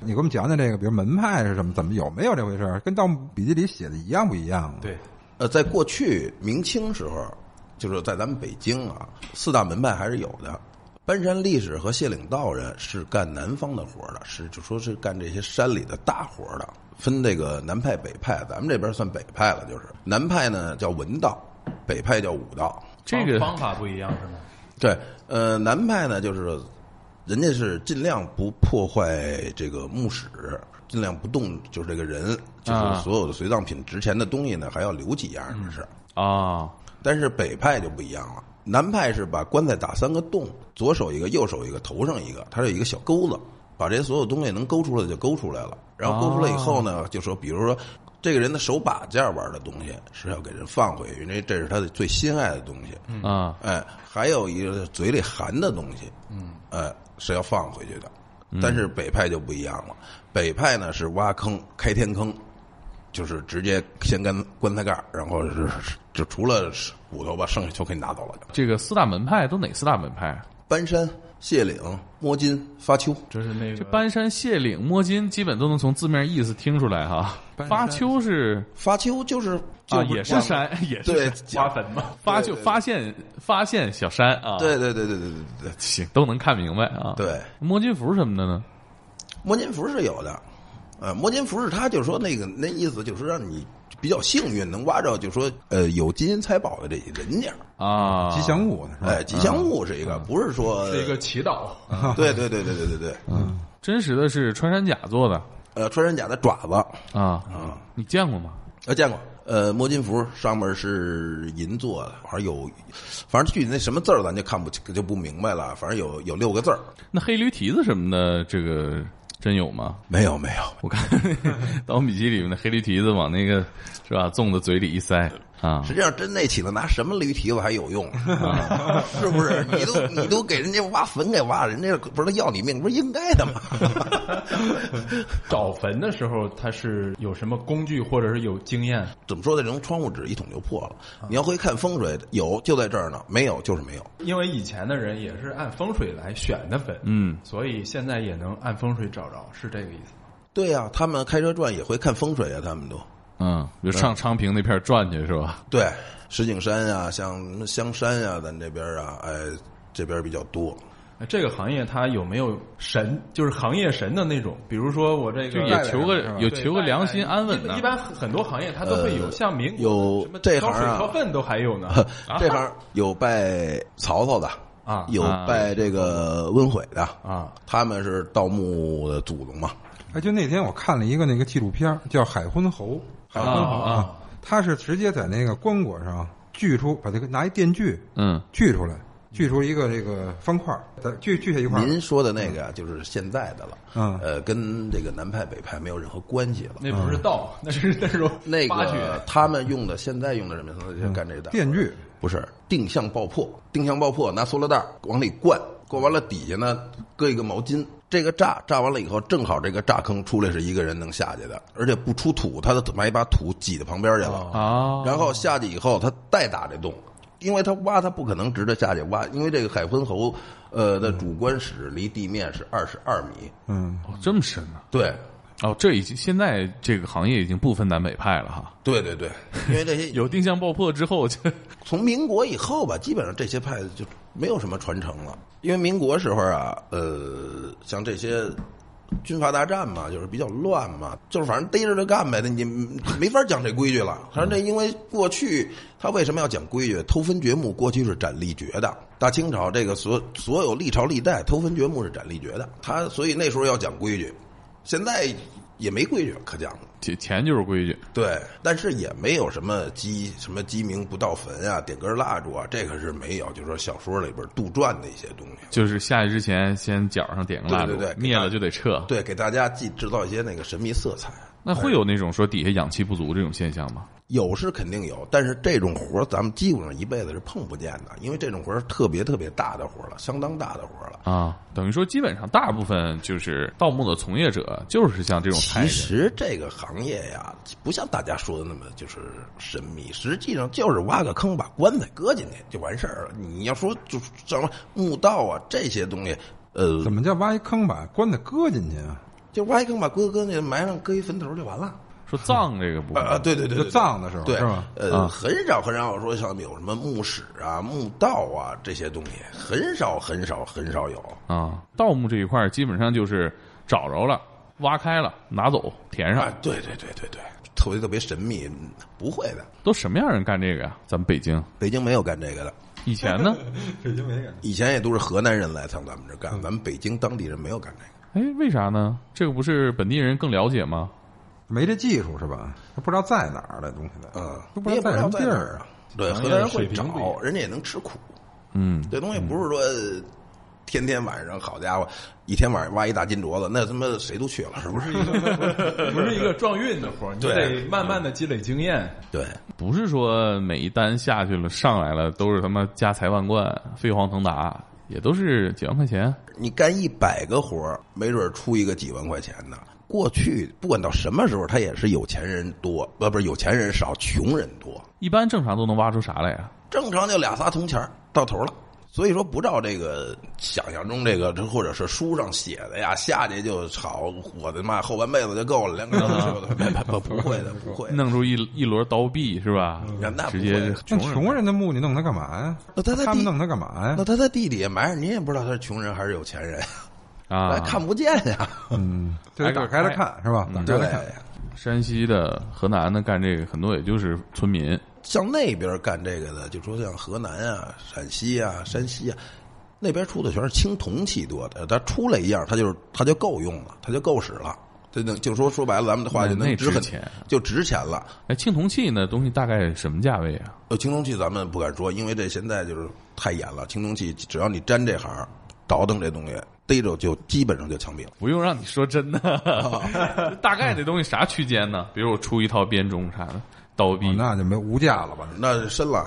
Speaker 4: 你给我们讲讲这个，比如门派是什么？怎么有没有这回事儿？跟《盗墓笔记》里写的一样不一样？，啊
Speaker 2: [LAUGHS]
Speaker 3: 对，
Speaker 2: 呃，在过去明清时候，就是在咱们北京啊，四大门派还是有的。搬山力士和谢岭道人是干南方的活儿的，是就说是干这些山里的大活儿的，分这个南派北派，咱们这边算北派了，就是南派呢叫文道，北派叫武道。
Speaker 1: [LAUGHS] 这个
Speaker 3: 方方法不一样是吗？
Speaker 2: 对，呃，南派呢就是人家是尽量不破坏这个墓室，尽量不动，就是这个人，就是
Speaker 1: 啊
Speaker 2: 所有的随葬品值钱的东西呢，还要留几样儿，就是。
Speaker 1: 啊，
Speaker 2: 但是北派就不一样了，南派是把棺材打三个洞，左手一个，右手一个，头上一个，它是有一个小钩子，把这些所有东西能勾出来的就勾出来了。然后勾出来以后呢，就说比如说这个人的手把件玩的东西是要给人放回去，因为这是他的最心爱的东西。
Speaker 1: 啊，
Speaker 2: 哎，还有一个嘴里含的东西，嗯，哎，是要放回去的。
Speaker 1: 嗯
Speaker 2: 但是北派就不一样了，北派呢是挖坑开天坑，就是直接先干棺材盖儿，然后是就除了骨头吧，剩下就可以拿走了。
Speaker 1: 这个四大门派都哪四大门派啊？
Speaker 2: 搬山、卸岭、摸金、发丘，
Speaker 3: 就是那个
Speaker 1: 搬山卸岭摸金，基本都能从字面意思听出来哈。发丘是
Speaker 2: 发丘就是就
Speaker 1: 啊，也是山， [LAUGHS] 也是
Speaker 2: 对
Speaker 1: 山
Speaker 3: 挖坟嘛，
Speaker 1: 发
Speaker 2: 对
Speaker 1: 就
Speaker 2: 对
Speaker 1: 发现发现小山啊，
Speaker 2: 对对对对对对对
Speaker 1: 行，都能看明白啊。，
Speaker 2: 对，
Speaker 1: 摸金符什么的呢？
Speaker 2: 摸金符是有的，呃，摸金符是他就是说那个那意思就是让你比较幸运能挖着，就说呃有金银财宝的这些人家，
Speaker 1: 啊，
Speaker 4: 嗯吉祥物呢是吧？
Speaker 2: 哎，吉祥物是一个，不是说
Speaker 3: 是一个
Speaker 1: [LAUGHS]
Speaker 3: 祈祷，
Speaker 2: [LAUGHS] 对对对对对对对，
Speaker 1: 真实的是穿山甲做的
Speaker 2: 呃，穿山甲的爪子，
Speaker 1: 啊你见过吗？
Speaker 2: 呃，见过。呃，摸金符上面是银做的，反正有，反正具体那什么字儿咱就看不清就不明白了。反正有有六个字儿，
Speaker 1: 那黑驴蹄子什么的，这个真有吗？
Speaker 2: 没有没
Speaker 1: [LAUGHS]
Speaker 2: 有，
Speaker 1: 我看《盗墓笔记》里面的黑驴蹄子往那个是吧粽子嘴里一塞啊
Speaker 2: 实际上真那起子拿什么驴蹄子还有用，啊
Speaker 3: [LAUGHS]
Speaker 2: 是不是？你都你都给人家挖坟给挖，人家不是要你命，不是应该的吗？ [LAUGHS]
Speaker 3: 找坟的时候，他是有什么工具或者是有经验？
Speaker 2: 怎么说呢？这种窗户纸一捅就破了。
Speaker 3: 啊
Speaker 2: 你要会看风水，有就在这儿呢，没有就是没有。
Speaker 3: 因为以前的人也是按风水来选的坟，
Speaker 1: 嗯，
Speaker 3: 所以现在也能按风水找着，是这个意思吗。
Speaker 2: 对呀、他们开车转也会看风水啊，他们都
Speaker 1: 嗯，就上昌平那片转去是吧？
Speaker 2: 对石景山啊，像什么香山啊，咱这边啊，哎，这边比较多。
Speaker 3: 那这个行业它有没有神，就是行业神的那种？比如说我这
Speaker 1: 就
Speaker 3: 个
Speaker 1: 也求
Speaker 4: 是吧
Speaker 1: 个有
Speaker 3: 对
Speaker 1: 求个良心安稳
Speaker 3: 一
Speaker 1: 的
Speaker 3: 般一。般很多行业它都会有，
Speaker 2: 呃
Speaker 3: 像民国
Speaker 2: 有
Speaker 3: 什么
Speaker 2: 这
Speaker 3: 挑
Speaker 2: 行
Speaker 3: 水
Speaker 2: 啊
Speaker 3: 挑粪都还有
Speaker 1: [LAUGHS]
Speaker 3: 呢
Speaker 2: 这行有拜曹操的
Speaker 3: 啊
Speaker 2: 有拜这个温悔的
Speaker 3: 啊，
Speaker 2: 他们是盗墓的祖宗嘛。
Speaker 4: 哎，就那天我看了一个那个纪录片儿，叫《海昏侯》，海昏侯
Speaker 3: 啊啊，
Speaker 4: 他是直接在那个棺椁上锯出，把这个拿一电锯
Speaker 1: 嗯，
Speaker 4: 锯出来，锯出一个这个方块儿，再锯锯下一块儿。
Speaker 2: 您说的那个啊就是现在的了，
Speaker 4: 嗯
Speaker 2: 呃，跟这个南派北派没有任何关系了。
Speaker 3: 那不是道，那是那
Speaker 1: [LAUGHS]
Speaker 3: 是
Speaker 2: 那
Speaker 3: 挖
Speaker 2: 个
Speaker 3: 掘。
Speaker 2: 他们用的现在用的什
Speaker 4: 嗯
Speaker 2: 么？他就干这的
Speaker 4: 电锯
Speaker 2: 不是定向爆破，定向爆破拿塑料袋儿往里灌，灌完了底下呢搁一个毛巾，这个炸炸完了以后，正好这个炸坑出来是一个人能下去的，而且不出土，他他妈一把土挤到旁边去了，
Speaker 1: 啊，
Speaker 2: 然后下去以后他再打这洞。因为他挖，他不可能直着下去挖，因为这个海昏侯，呃的主棺室离地面是二十二米，
Speaker 4: 嗯，
Speaker 1: 哦这么深啊！
Speaker 2: 对，
Speaker 1: 哦，这已经现在这个行业已经不分南北派了哈。
Speaker 2: 对对对，因为这些
Speaker 1: 有定向爆破之后，就
Speaker 2: 从民国以后吧，基本上这些派就没有什么传承了。因为民国时候啊，呃，像这些军阀大战嘛，就是比较乱嘛，就是反正逮着就干呗，那你没法讲这规矩了。反正这因为过去他为什么要讲规矩？偷分掘墓过去是斩立决的，大清朝这个所所有历朝历代偷分掘墓是斩立决的，他所以那时候要讲规矩，现在也没规矩可讲了。
Speaker 1: 钱钱就是规矩。
Speaker 2: 对，但是也没有什么鸡什么鸡鸣不到坟啊，点根蜡烛啊，这个是没有。就是说小说里边杜撰的一些东西，
Speaker 1: 就是下去之前，先脚上点个蜡烛，
Speaker 2: 对对对
Speaker 1: 灭了就得撤。
Speaker 2: 对，给大家既制造一些那个神秘色彩。
Speaker 1: 那会有那种说底下氧气不足这种现象吗？
Speaker 2: 有是肯定有，但是这种活儿咱们基本上一辈子是碰不见的，因为这种活儿是特别特别大的活儿了，相当大的活儿了。
Speaker 1: 啊，等于说基本上大部分就是盗墓的从业者，就是像这种派
Speaker 2: 其
Speaker 1: 人
Speaker 2: 实这个行业呀，不像大家说的那么就是神秘，实际上就是挖个坑，把棺材搁进去就完事儿了。你要说就什么墓道啊这些东西，呃，
Speaker 4: 怎么叫挖一坑把棺材搁进去啊？
Speaker 2: 就挖一坑把龟搁那埋上，搁一坟头就完了。
Speaker 1: 说葬这个部分
Speaker 2: 啊，对对对，
Speaker 4: 就葬的时候
Speaker 2: 对 [LAUGHS]
Speaker 4: 是吧？啊
Speaker 2: 呃，很少很少说像有什么墓室啊、墓道啊这些东西，很少很少很少有。
Speaker 1: 啊，盗墓这一块儿基本上就是找着了，挖开了，拿走，填上
Speaker 2: 啊。，对对对对对，特别特别神秘，不会的。
Speaker 1: 都什么样人干这个呀？咱们北京
Speaker 2: 北京没有干这个的，
Speaker 1: 以前
Speaker 2: [LAUGHS]
Speaker 1: 呢？
Speaker 4: 北京没敢。
Speaker 2: 以前也都是河南人来上咱们这儿
Speaker 4: 嗯
Speaker 2: 干，咱们北京当地人没有干这个。
Speaker 1: 哎，为啥呢？这个不是本地人更了解吗？
Speaker 4: 没这技术是吧？他不知道在哪儿的东西的，
Speaker 2: 嗯，
Speaker 4: 都啊
Speaker 2: 你
Speaker 4: 不知
Speaker 2: 也
Speaker 4: 道
Speaker 2: 不
Speaker 4: 在
Speaker 2: 知道在
Speaker 4: 什么地
Speaker 2: 哪
Speaker 4: 儿
Speaker 2: 儿
Speaker 4: 啊
Speaker 2: 啊。对，河南人会找，人家也能吃苦。
Speaker 1: 嗯，
Speaker 2: 这东西不是说天天晚上，好家伙，一天晚上挖一大金镯子，那他妈谁都去了，是不是？
Speaker 4: [LAUGHS]
Speaker 3: 不是一个撞运的活儿，你
Speaker 2: 对
Speaker 3: 得慢慢的积累经验。
Speaker 2: 对，
Speaker 1: 不是说每一单下去了上来了都是他妈家财万贯、飞黄腾达，也都是几万块钱。
Speaker 2: 你干一百个活儿，没准儿出一个几万块钱的。过去不管到什么时候，他也是有钱人多，呃，不是有钱人少，穷人多。
Speaker 1: 一般正常都能挖出啥来呀、
Speaker 2: 正常就俩仨铜钱儿到头了。所以说，不照这个想象中这个，这或者是书上写的呀，下去就炒，我的妈，后半辈子就够了，连个都不会的，不会的。
Speaker 1: 弄出一一摞刀币是吧？
Speaker 2: 那嗯那不
Speaker 1: 直接
Speaker 2: 会
Speaker 4: 那
Speaker 1: 人
Speaker 4: 穷人的墓你弄他干嘛呀？
Speaker 2: 那他在
Speaker 4: 他
Speaker 2: 地
Speaker 4: 们弄他干嘛呀
Speaker 2: 那？他在地底下埋着，你也不知道他是穷人还是有钱人，
Speaker 1: 啊
Speaker 2: 还， [LAUGHS] 看不见呀。
Speaker 4: 嗯，就得
Speaker 1: 挨个
Speaker 4: 打开了
Speaker 1: 拍
Speaker 4: 看是吧？打开
Speaker 2: 对
Speaker 4: 了看，，
Speaker 1: 山西的、河南的干这个很多，也就是村民。
Speaker 2: 像那边干这个的，就说像河南啊、陕西啊、山西啊，那边出的全是青铜器多的，它出来一样，它就是它就够用了，它就够使了。这能就说说白了，咱们的话
Speaker 1: 那
Speaker 2: 就能
Speaker 1: 那
Speaker 2: 值
Speaker 1: 值
Speaker 2: 很
Speaker 1: 钱啊
Speaker 2: 就值钱了。
Speaker 1: 哎，青铜器那东西大概什么价位啊？
Speaker 2: 呃，青铜器咱们不敢说，因为这现在就是太严了。青铜器只要你沾这行，倒腾这东西，逮着就基本上就枪毙了。
Speaker 1: 不用让你说真的，大概这东西啥区间呢？比如我出一套编钟啥的，刀币
Speaker 4: 哦那就没无价了吧？
Speaker 2: 那深了，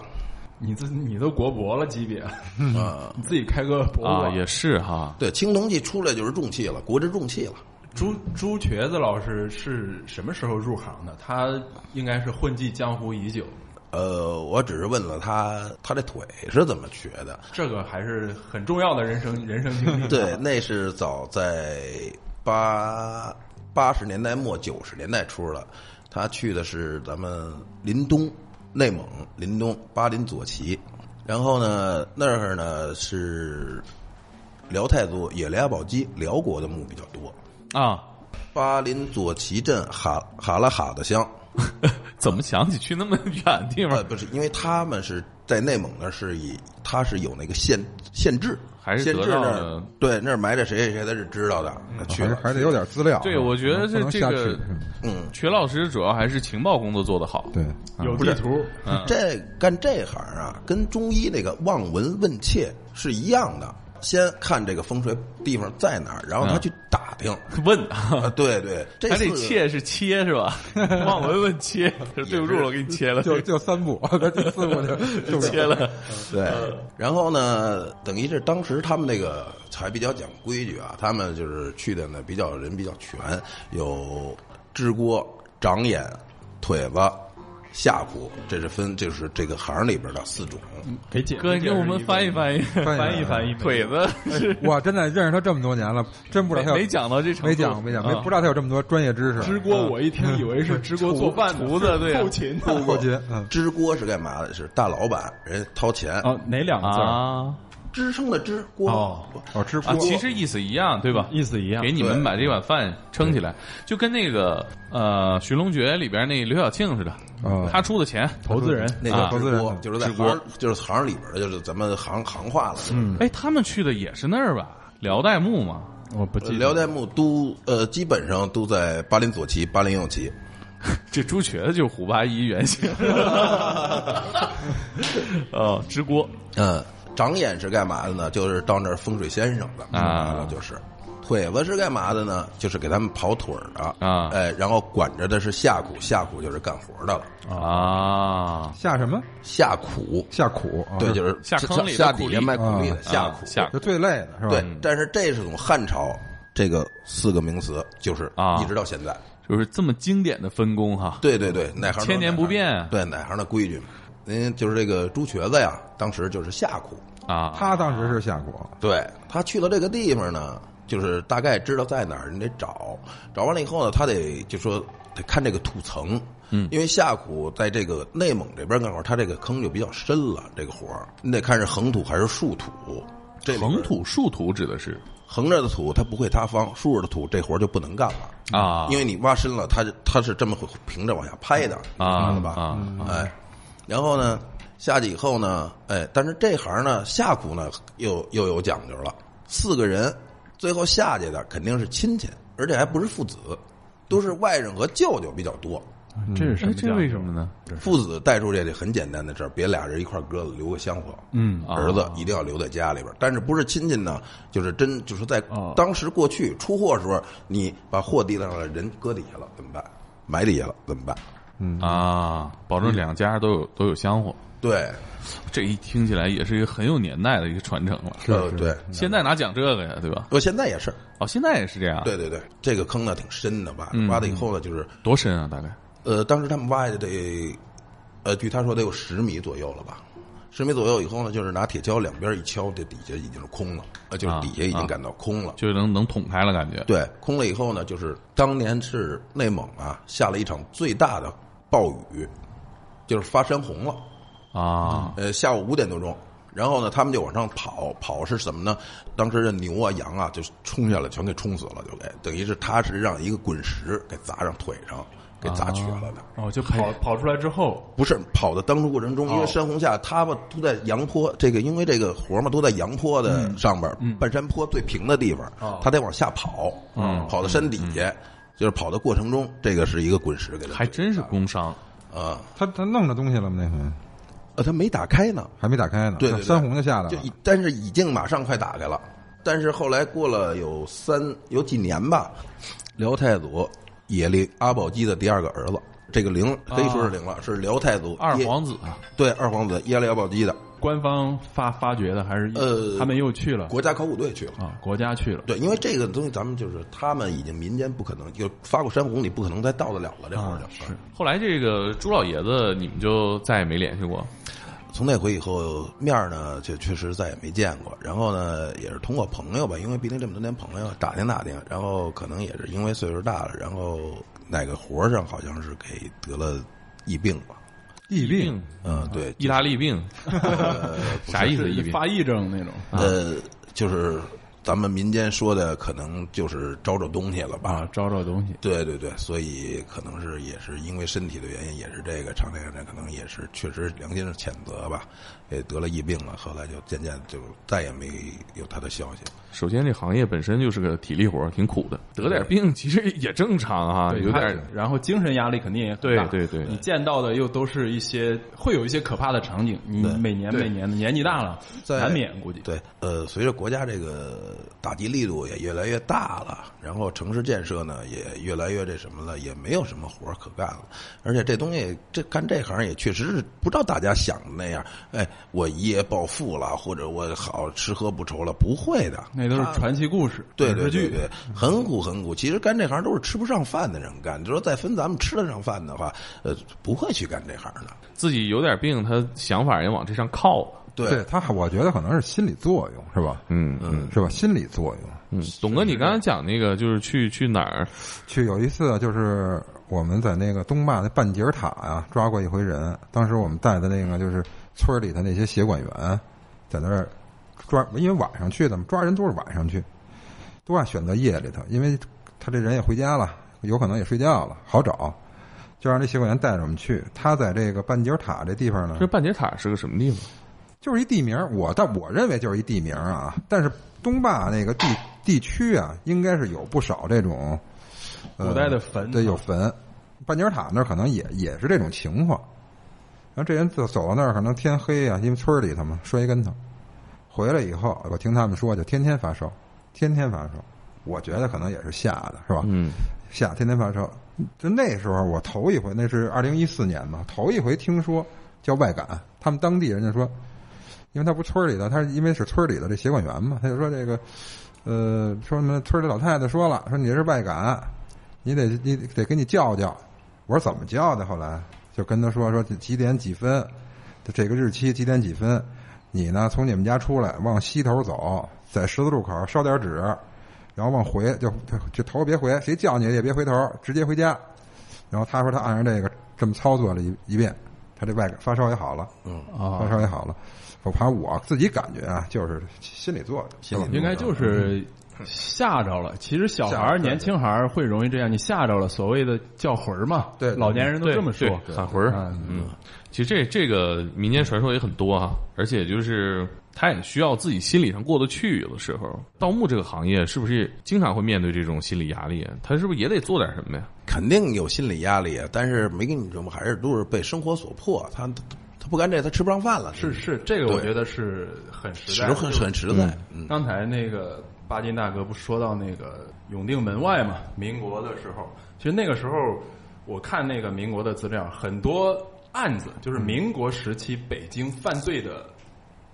Speaker 3: 你自你都国博了级别，
Speaker 2: 啊，
Speaker 3: [LAUGHS] 你自己开个博物
Speaker 1: 嗯啊
Speaker 3: 馆。
Speaker 1: 也是哈。
Speaker 2: 对，青铜器出来就是重器了，国之重器了。
Speaker 3: 朱朱瘸子老师是什么时候入行的？他应该是混迹江湖已久，
Speaker 2: 呃，我只是问了他，他这腿是怎么瘸的？
Speaker 3: 这个还是很重要的人生人生
Speaker 1: [LAUGHS]
Speaker 3: 经历。啊
Speaker 2: 对，那是早在八八十年代末九十年代初了。他去的是咱们林东，内蒙林东巴林左旗，然后呢那儿呢是辽太族也辽宝鸡辽国的墓比较多。
Speaker 1: 啊，
Speaker 2: 巴林左旗镇哈哈拉哈的乡，
Speaker 1: 怎么想起去那么远的地
Speaker 2: 呃
Speaker 1: 方？
Speaker 2: 不是，因为他们是在内蒙那儿是以他是有那个县县志，
Speaker 1: 还是
Speaker 2: 县
Speaker 1: 得
Speaker 2: 志那
Speaker 1: 到
Speaker 2: 儿
Speaker 1: 了嗯
Speaker 2: 对那儿埋着谁谁谁，他是知道的，他去
Speaker 4: 还是
Speaker 2: 了
Speaker 4: 还得有点资料啊。
Speaker 1: 对，我觉得
Speaker 4: 不
Speaker 1: 是
Speaker 4: 能
Speaker 1: 这
Speaker 4: 瞎
Speaker 1: 个
Speaker 4: 取是吧
Speaker 2: 嗯。
Speaker 1: 瘸老师主要还是情报工作做得好。
Speaker 4: 对，啊
Speaker 3: 有地图，
Speaker 2: 这干这行啊，跟中医那个望闻问切是一样的。先看这个风水地方在哪儿，然后他去打听。
Speaker 1: 问，
Speaker 2: 啊，对对，这
Speaker 1: 还得
Speaker 2: 次
Speaker 1: 切是切是吧？望闻问切，对不住了，我给你切了。
Speaker 4: 就就三 [LAUGHS] 步，他第四步就就
Speaker 1: 切了，
Speaker 2: 对。然后呢，等于是当时他们那个还比较讲规矩啊，他们就是去的呢比较人比较全，有支锅、长眼、腿子、下铺，这是分就是这个行里边的四种。
Speaker 3: 给解
Speaker 1: 哥，你给我们翻译翻译，
Speaker 4: 翻译翻
Speaker 3: 译
Speaker 1: 腿子是
Speaker 4: 我真的认识他这么多年了，真不知道他有
Speaker 1: 没讲到这程度，
Speaker 4: 没讲没讲没
Speaker 1: 啊
Speaker 4: 不知道他有这么多专业知识。啊
Speaker 3: 支锅，我一听以为是支锅做 [LAUGHS] 饭的、
Speaker 1: 厨子对啊
Speaker 3: 后勤的。
Speaker 4: 后勤，嗯，
Speaker 2: 支锅是干嘛的？是大老板人掏钱，
Speaker 3: 哦，哪两个字儿？
Speaker 1: 啊
Speaker 2: 支撑的支锅。
Speaker 3: 哦
Speaker 4: 哦，吃
Speaker 1: 啊
Speaker 4: 锅，，
Speaker 1: 其实意思一样，对吧？
Speaker 3: 意思一样
Speaker 1: 给。你们把这碗饭撑起来，就跟那个呃《寻龙诀》里边那刘晓庆似的，
Speaker 4: 啊
Speaker 1: 他出的钱。
Speaker 3: 投资人
Speaker 2: 那
Speaker 1: 啊
Speaker 2: 叫直
Speaker 4: 投资
Speaker 2: 播，
Speaker 4: 人
Speaker 2: 就是在
Speaker 1: 直播
Speaker 2: 行就是行里边的，就是咱们行行话了。嗯，
Speaker 1: 哎，他们去的也是那儿吧？辽代墓嘛，
Speaker 3: 我不记
Speaker 2: 辽代
Speaker 3: 得。
Speaker 2: 墓都呃，基本上都在巴林左旗、巴林右旗。
Speaker 1: 这朱瘸子就是胡八一原 [LAUGHS] 型。哦，直锅
Speaker 2: 嗯，长眼是干嘛的呢？就是到那儿风水先生的
Speaker 1: 啊
Speaker 2: 那就是。腿子是干嘛的呢？就是给他们跑腿儿的
Speaker 1: 啊
Speaker 2: 哎，然后管着的是下苦，下苦就是干活的了，
Speaker 1: 啊，
Speaker 4: 下什么
Speaker 2: 下苦，
Speaker 4: 下苦，啊
Speaker 2: 对，就是
Speaker 1: 哦下坑里的
Speaker 2: 下
Speaker 1: 苦
Speaker 2: 底
Speaker 1: 力
Speaker 2: 下卖苦力的
Speaker 4: 啊
Speaker 2: 下
Speaker 1: 啊
Speaker 2: 苦，
Speaker 1: 下嗯
Speaker 4: 就最累的是吧？
Speaker 2: 对。但是这是从汉朝这个四个名词，就是
Speaker 1: 啊
Speaker 2: 一直到现在，
Speaker 1: 就是这么经典的分工哈。
Speaker 2: 对对对，哪行都
Speaker 1: 千年不变啊
Speaker 2: 哪行对哪行的规矩嘛。您就是这个朱瘸子呀，当时就是下苦，
Speaker 1: 啊，
Speaker 4: 他当时是下苦，
Speaker 2: 对他去了这个地方呢，就是大概知道在哪儿，你得找，找完了以后呢，他得就说得看这个土层，嗯，因为下苦在这个内蒙这边干活，他这个坑就比较深了，这个活儿你得看是横土还是竖土，这里边
Speaker 1: 横土竖土指的是
Speaker 2: 横着的土它不会塌方，竖着的土这活儿就不能干了。
Speaker 1: 啊，
Speaker 2: 因为你挖深了，它是它是这么平着往下拍的，
Speaker 1: 啊
Speaker 2: 明白吧？
Speaker 1: 啊
Speaker 2: 哎，然后呢，下去以后呢，哎，但是这行呢，下苦呢又又有讲究了，四个人最后下去的肯定是亲戚，而且还不是父子，都是外甥和舅舅比较多。
Speaker 3: 这是什
Speaker 1: 嗯
Speaker 3: 么？
Speaker 1: 哎这为什？么呢？
Speaker 2: 父子带出这里很简单的事儿，别俩人一块儿搁了留个香火。
Speaker 3: 嗯
Speaker 1: 啊
Speaker 2: 儿子一定要留在家里边儿，但是不是亲戚呢？就是真就是在
Speaker 1: 啊
Speaker 3: 哦
Speaker 2: 当时过去出货的时候，你把货递上了，人搁底下了怎么办？埋底下了怎么办？
Speaker 1: 啊，保证两家都有都有香火，
Speaker 2: 对，
Speaker 1: 这一听起来也是一个很有年代的一个传承了。
Speaker 2: 呃对，
Speaker 1: 现在哪讲这个呀，对吧？
Speaker 2: 我现在也是，
Speaker 1: 哦，现在也是这样，
Speaker 2: 对对对，这个坑呢挺深的，挖的
Speaker 1: 嗯
Speaker 2: 挖了以后呢，就是
Speaker 1: 多深啊，大概
Speaker 2: 呃，当时他们挖的得，呃，据他说得有十米左右了吧，十米左右以后呢，就是拿铁锹两边一敲，这底下已经是空了，呃，就是
Speaker 1: 啊
Speaker 2: 底下已
Speaker 1: 啊
Speaker 2: 经感到空了。
Speaker 1: 就能能捅开了，感觉。
Speaker 2: 对，空了以后呢，就是当年是内蒙啊下了一场最大的暴雨，就是发山洪了。
Speaker 1: 啊，
Speaker 2: 呃，下午五点多钟，然后呢，他们就往上跑，跑是什么呢？当时这牛啊、羊啊，就冲下来，全给冲死了，就给等于是他是让一个滚石给砸上腿上，给砸瘸了的。
Speaker 3: 哦，就跑跑出来之后，
Speaker 2: 不是跑的当初过程中，因
Speaker 1: 哦
Speaker 2: 为山洪下，他们都在阳坡，这个因为这个活嘛，都在阳坡
Speaker 1: 嗯
Speaker 2: 的上边儿，半山坡最平的地
Speaker 3: 哦
Speaker 2: 方，他得往下跑，
Speaker 1: 哦
Speaker 2: 跑到山底下，就是跑的过程中，这个是一个滚石给
Speaker 1: 嗯
Speaker 2: 他
Speaker 1: 还真是工伤。
Speaker 2: 啊，
Speaker 4: 他他弄着东西了吗？那回
Speaker 2: 呃，他没打开呢，
Speaker 4: 还没打开呢，
Speaker 2: 对对对
Speaker 4: 三红就
Speaker 1: 啊
Speaker 4: 下来
Speaker 2: 就
Speaker 4: 了
Speaker 2: 已，但是已经马上快打开了，但是后来过了有三有几年吧，辽太祖耶律阿保机的第二个儿子，这个陵可以说是陵了，是辽太祖
Speaker 1: 哦二
Speaker 2: 耶
Speaker 1: 皇子啊，
Speaker 2: 对二皇子耶律阿保机的
Speaker 3: 官方发发掘的还是
Speaker 2: 呃
Speaker 3: 他们又去了
Speaker 2: 国家考古队去了。
Speaker 3: 啊，国家去了。
Speaker 2: 对，因为这个东西，咱们就是他们已经民间不可能，就发过山洪，你不可能再到得了了。这会儿就、是
Speaker 1: 后来这个朱老爷子，你们就再也没联系过。
Speaker 2: 从那回以后，面儿呢就确实再也没见过。然后呢，也是通过朋友吧，因为毕竟这么多年朋友，打听打听。然后可能也是因为岁数大了，然后哪个活儿上好像是给得了疫病吧。
Speaker 1: 疫病，
Speaker 2: 嗯，对，
Speaker 1: 意大利病，啥意思？疫
Speaker 3: 是
Speaker 1: 病
Speaker 3: 发癔症那种
Speaker 2: 呃，就是咱们民间说的，可能就是招着东西了吧。
Speaker 3: 啊，招招东西。
Speaker 2: 对对对，所以可能是也是因为身体的原因，也是这个常年人可能也是确实良心上谴责吧，也得了疫病了，后来就渐渐就再也没有他的消息了。
Speaker 1: 首先，这行业本身就是个体力活儿，挺苦的，得点病其实也正常啊，
Speaker 3: 对
Speaker 1: 有点
Speaker 3: 他然后精神压力肯定也很大。嗯
Speaker 1: 对对对
Speaker 3: 你见到的又都是一些会有一些可怕的场景，你
Speaker 2: 对
Speaker 3: 每年
Speaker 1: 对
Speaker 3: 每年的年纪大了，
Speaker 2: 在
Speaker 3: 难免估计。
Speaker 2: 对，呃，随着国家这个打击力度也越来越大了，然后城市建设呢也越来越这什么了，也没有什么活儿可干了。而且这东西，这干这行也确实是不知道大家想的那样，哎，我一夜暴富了，或者我好吃喝不愁了，不会的，
Speaker 3: 那都是传奇故事、
Speaker 2: 对
Speaker 3: 影
Speaker 2: 对
Speaker 3: 视
Speaker 2: 对
Speaker 3: 剧。
Speaker 2: 对，很苦很苦。其实干这行都是吃不上饭的人干，你说再分咱们吃得上饭的话，呃，不会去干这行的。
Speaker 1: 自己有点病，他想法也往这上靠。
Speaker 2: 对，
Speaker 4: 他我觉得可能是心理作用，是吧？
Speaker 1: 嗯
Speaker 2: 嗯，
Speaker 4: 是吧？心理作用。
Speaker 1: 嗯，董哥，你刚才讲那个就是去去哪儿？
Speaker 4: 去有一次啊，就是我们在那个东坝那半截塔啊抓过一回人，当时我们带的那个就是村里的那些协管员，在那儿抓，因为晚上去的嘛，抓人都是晚上去，都爱选择夜里头，因为他这人也回家了，有可能也睡觉了，好找，就让这协管员带着我们去。他在这个半截塔这地方呢
Speaker 1: 这，半截塔是个什么地方？
Speaker 4: 就是一地名儿，我但我认为就是一地名儿啊。但是东坝那个地地区啊，应该是有不少这种、呃、
Speaker 3: 古代的坟啊
Speaker 4: 对，有坟。半截塔那儿可能也也是这种情况。然后这人走走到那儿，可能天黑啊，因为村儿里头嘛，摔一跟头。回来以后，我听他们说，就天天发烧，天天发烧。我觉得可能也是吓的，是吧？
Speaker 1: 嗯，
Speaker 4: 夏天天发烧，就那时候我头一回，那是二零一四年嘛，头一回听说叫外感，他们当地人就说，因为他不村里的，他是因为是村里的这协管员嘛，他就说这个，呃，说什么村里老太太说了，说你这是外感，你得你得给你叫叫。我说怎么叫的？后来就跟他说说几点几分，这个日期几点几分，你呢从你们家出来往西头走，在十字路口烧点纸，然后往回就就就头别回，谁叫你也别回头，直接回家。然后他说他按照这个这么操作了一一遍，他这外感发烧也好了，嗯，发烧也好了。我怕我自己感觉啊，就是心理作用，
Speaker 3: 哦
Speaker 2: 心理
Speaker 4: 是吧
Speaker 3: 应该就是吓着了。其实小孩儿、
Speaker 2: 吓对
Speaker 3: 年轻孩儿会容易这样，你吓着了，所谓的叫魂儿嘛，
Speaker 2: 对对
Speaker 3: 老年人都
Speaker 1: 对
Speaker 3: 这么说。
Speaker 1: 对喊魂儿。嗯，其实这这个民间传说也很多啊，而且就是他也需要自己心理上过得去。有的时候，盗墓这个行业是不是经常会面对这种心理压力？啊他是不是也得做点什么呀？
Speaker 2: 肯定有心理压力，但是没跟你说嘛，还是都是被生活所迫。他他他不干这，他吃不上饭了，
Speaker 3: 是是，这个
Speaker 2: 对
Speaker 3: 我觉得是很实
Speaker 2: 实
Speaker 3: 在的，
Speaker 2: 很很实在。嗯，
Speaker 3: 刚才那个巴金大哥不说到那个永定门外嘛？民国的时候，其实那个时候我看那个民国的资料，很多案子就是民国时期北京犯罪的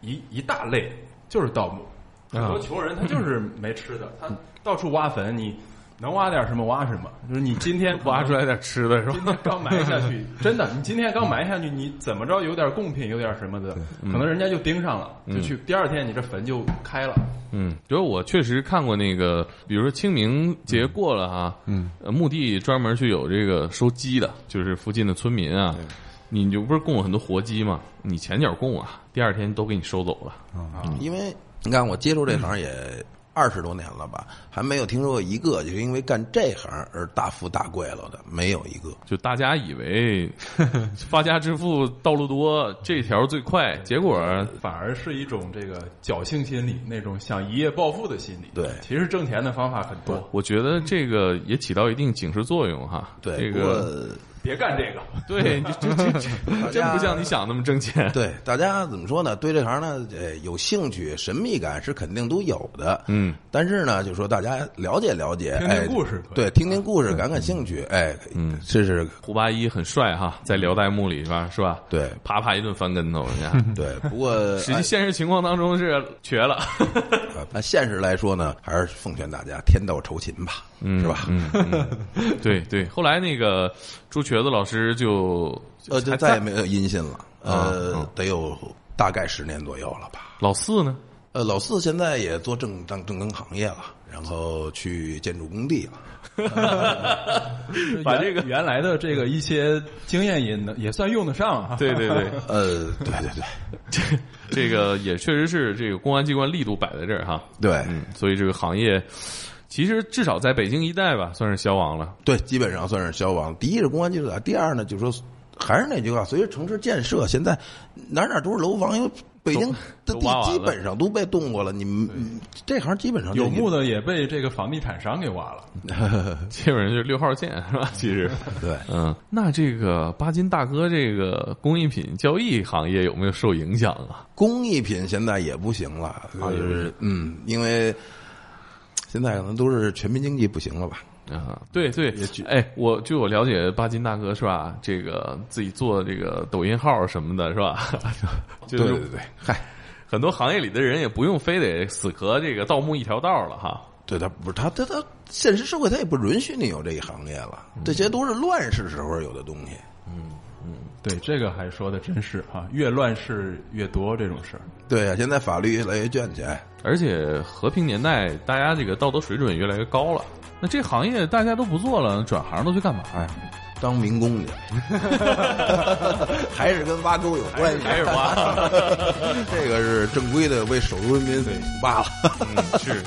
Speaker 3: 一一大类就是盗墓。很多穷人他就是没吃的，他到处挖坟，你能挖点什么挖什么，就是你今 [LAUGHS] 天
Speaker 1: 挖出来点吃的是
Speaker 3: 今
Speaker 1: 吧？
Speaker 3: 天刚埋下 [LAUGHS] 去，真的，你今天刚埋下去，你怎么着有点贡品，有点什么的，可能人家就盯上了，就去第二天你这坟就开了。
Speaker 1: [LAUGHS] 嗯，就是我确实看过那个，比如说清明节过了啊，嗯，墓地专门是有这个收鸡的，就是附近的村民啊，你就不是供很多活鸡嘛，你前脚供啊，第二天都给你收走了。
Speaker 2: 嗯因为你看我接触这行也二十多年了吧，还没有听说过一个就是因为干这行而大富大贵了的，没有一个。
Speaker 1: 就大家以为 [LAUGHS] 发家致富道路多，这条最快，结果
Speaker 3: 反而是一种这个侥幸心理，那种想一夜暴富的心理。
Speaker 2: 对
Speaker 3: 其实挣钱的方法很多，
Speaker 1: 我觉得这个也起到一定警示作用哈。
Speaker 2: 对，
Speaker 1: 这
Speaker 2: 不
Speaker 1: 个
Speaker 2: 过
Speaker 3: 别干这 [LAUGHS] 个。
Speaker 1: 对，你这这这真不像你想那么挣钱。
Speaker 2: [LAUGHS] 对大家怎么说呢？对这行呢，呃，有兴趣、神秘感是肯定都有的。
Speaker 1: 嗯，
Speaker 2: 但是呢，就说大家了解了解，
Speaker 3: 听听
Speaker 2: 哎，
Speaker 3: 故事可以
Speaker 2: 对，听听故事，感感兴趣，哎，嗯，这是
Speaker 1: 胡八一很帅哈，在辽代墓里是吧？是吧？
Speaker 2: 对
Speaker 1: 啪啪一顿翻跟头，人
Speaker 2: [LAUGHS]
Speaker 1: 家
Speaker 2: 对。不过
Speaker 1: 实际现实情况当中是瘸
Speaker 2: [LAUGHS]
Speaker 1: 了。
Speaker 2: 啊，按现实来说呢，还是奉劝大家天道酬勤吧，是吧？
Speaker 1: 对对，后来那个朱瘸子老师就
Speaker 2: 呃，就
Speaker 1: 还
Speaker 2: 再也没有音信了，呃，得有大概十年左右了吧。
Speaker 1: 老四呢？
Speaker 2: 呃，老四现在也做正当正更行业了，然后去建筑工地了。
Speaker 1: 把这个
Speaker 3: [LAUGHS] 原原来的这个一些经验也能也算用得上 [LAUGHS] 啊。
Speaker 1: 对对
Speaker 2: [LAUGHS]
Speaker 1: 对，
Speaker 2: 呃，对对对
Speaker 1: 这个也确实是这个公安机关力度摆在这儿哈。
Speaker 2: 对
Speaker 1: 嗯，所以这个行业其实至少在北京一带吧，算是消亡了。
Speaker 2: 对，基本上算是消亡。第一是公安技术打，第二呢，就说还是那句话，随着城市建设，现在哪哪都是楼房，因为北京的
Speaker 1: 都
Speaker 2: 地
Speaker 1: 挖完了
Speaker 2: 基本上都被动过了。你们嗯这行基本上就
Speaker 3: 有墓的也被这个房地产商给挖了，
Speaker 1: 基本上就是六号线是吧？其实，
Speaker 2: 对。
Speaker 1: 嗯，那这个巴金大哥这个工艺品交易行业有没有受影响啊？
Speaker 2: 工艺品现在也不行了，就是嗯，因为现在可能都是全民经济不行了吧？
Speaker 1: 啊，对对，哎，我据我了解，巴金大哥是吧？这个自己做这个抖音号什么的，是吧？就是
Speaker 2: 对对对，嗨，
Speaker 1: 很多行业里的人也不用非得死磕这个盗墓一条道了哈。
Speaker 2: 对他不是他他他现实社会他也不允许你有这一行业了，这些都是乱世时候有的东西。
Speaker 3: 对这个还说的真是啊，越乱世越多这种事儿。
Speaker 2: 对呀、现在法律越来越健全，
Speaker 1: 而且和平年代，大家这个道德水准越来越高了。那这行业大家都不做了，转行都去干嘛呀？
Speaker 2: 当民工
Speaker 1: [LAUGHS]
Speaker 2: 去，还是跟挖沟有关系，
Speaker 1: 还是挖
Speaker 2: [LAUGHS] 这个是正规的为首都人民挖了。
Speaker 1: 是。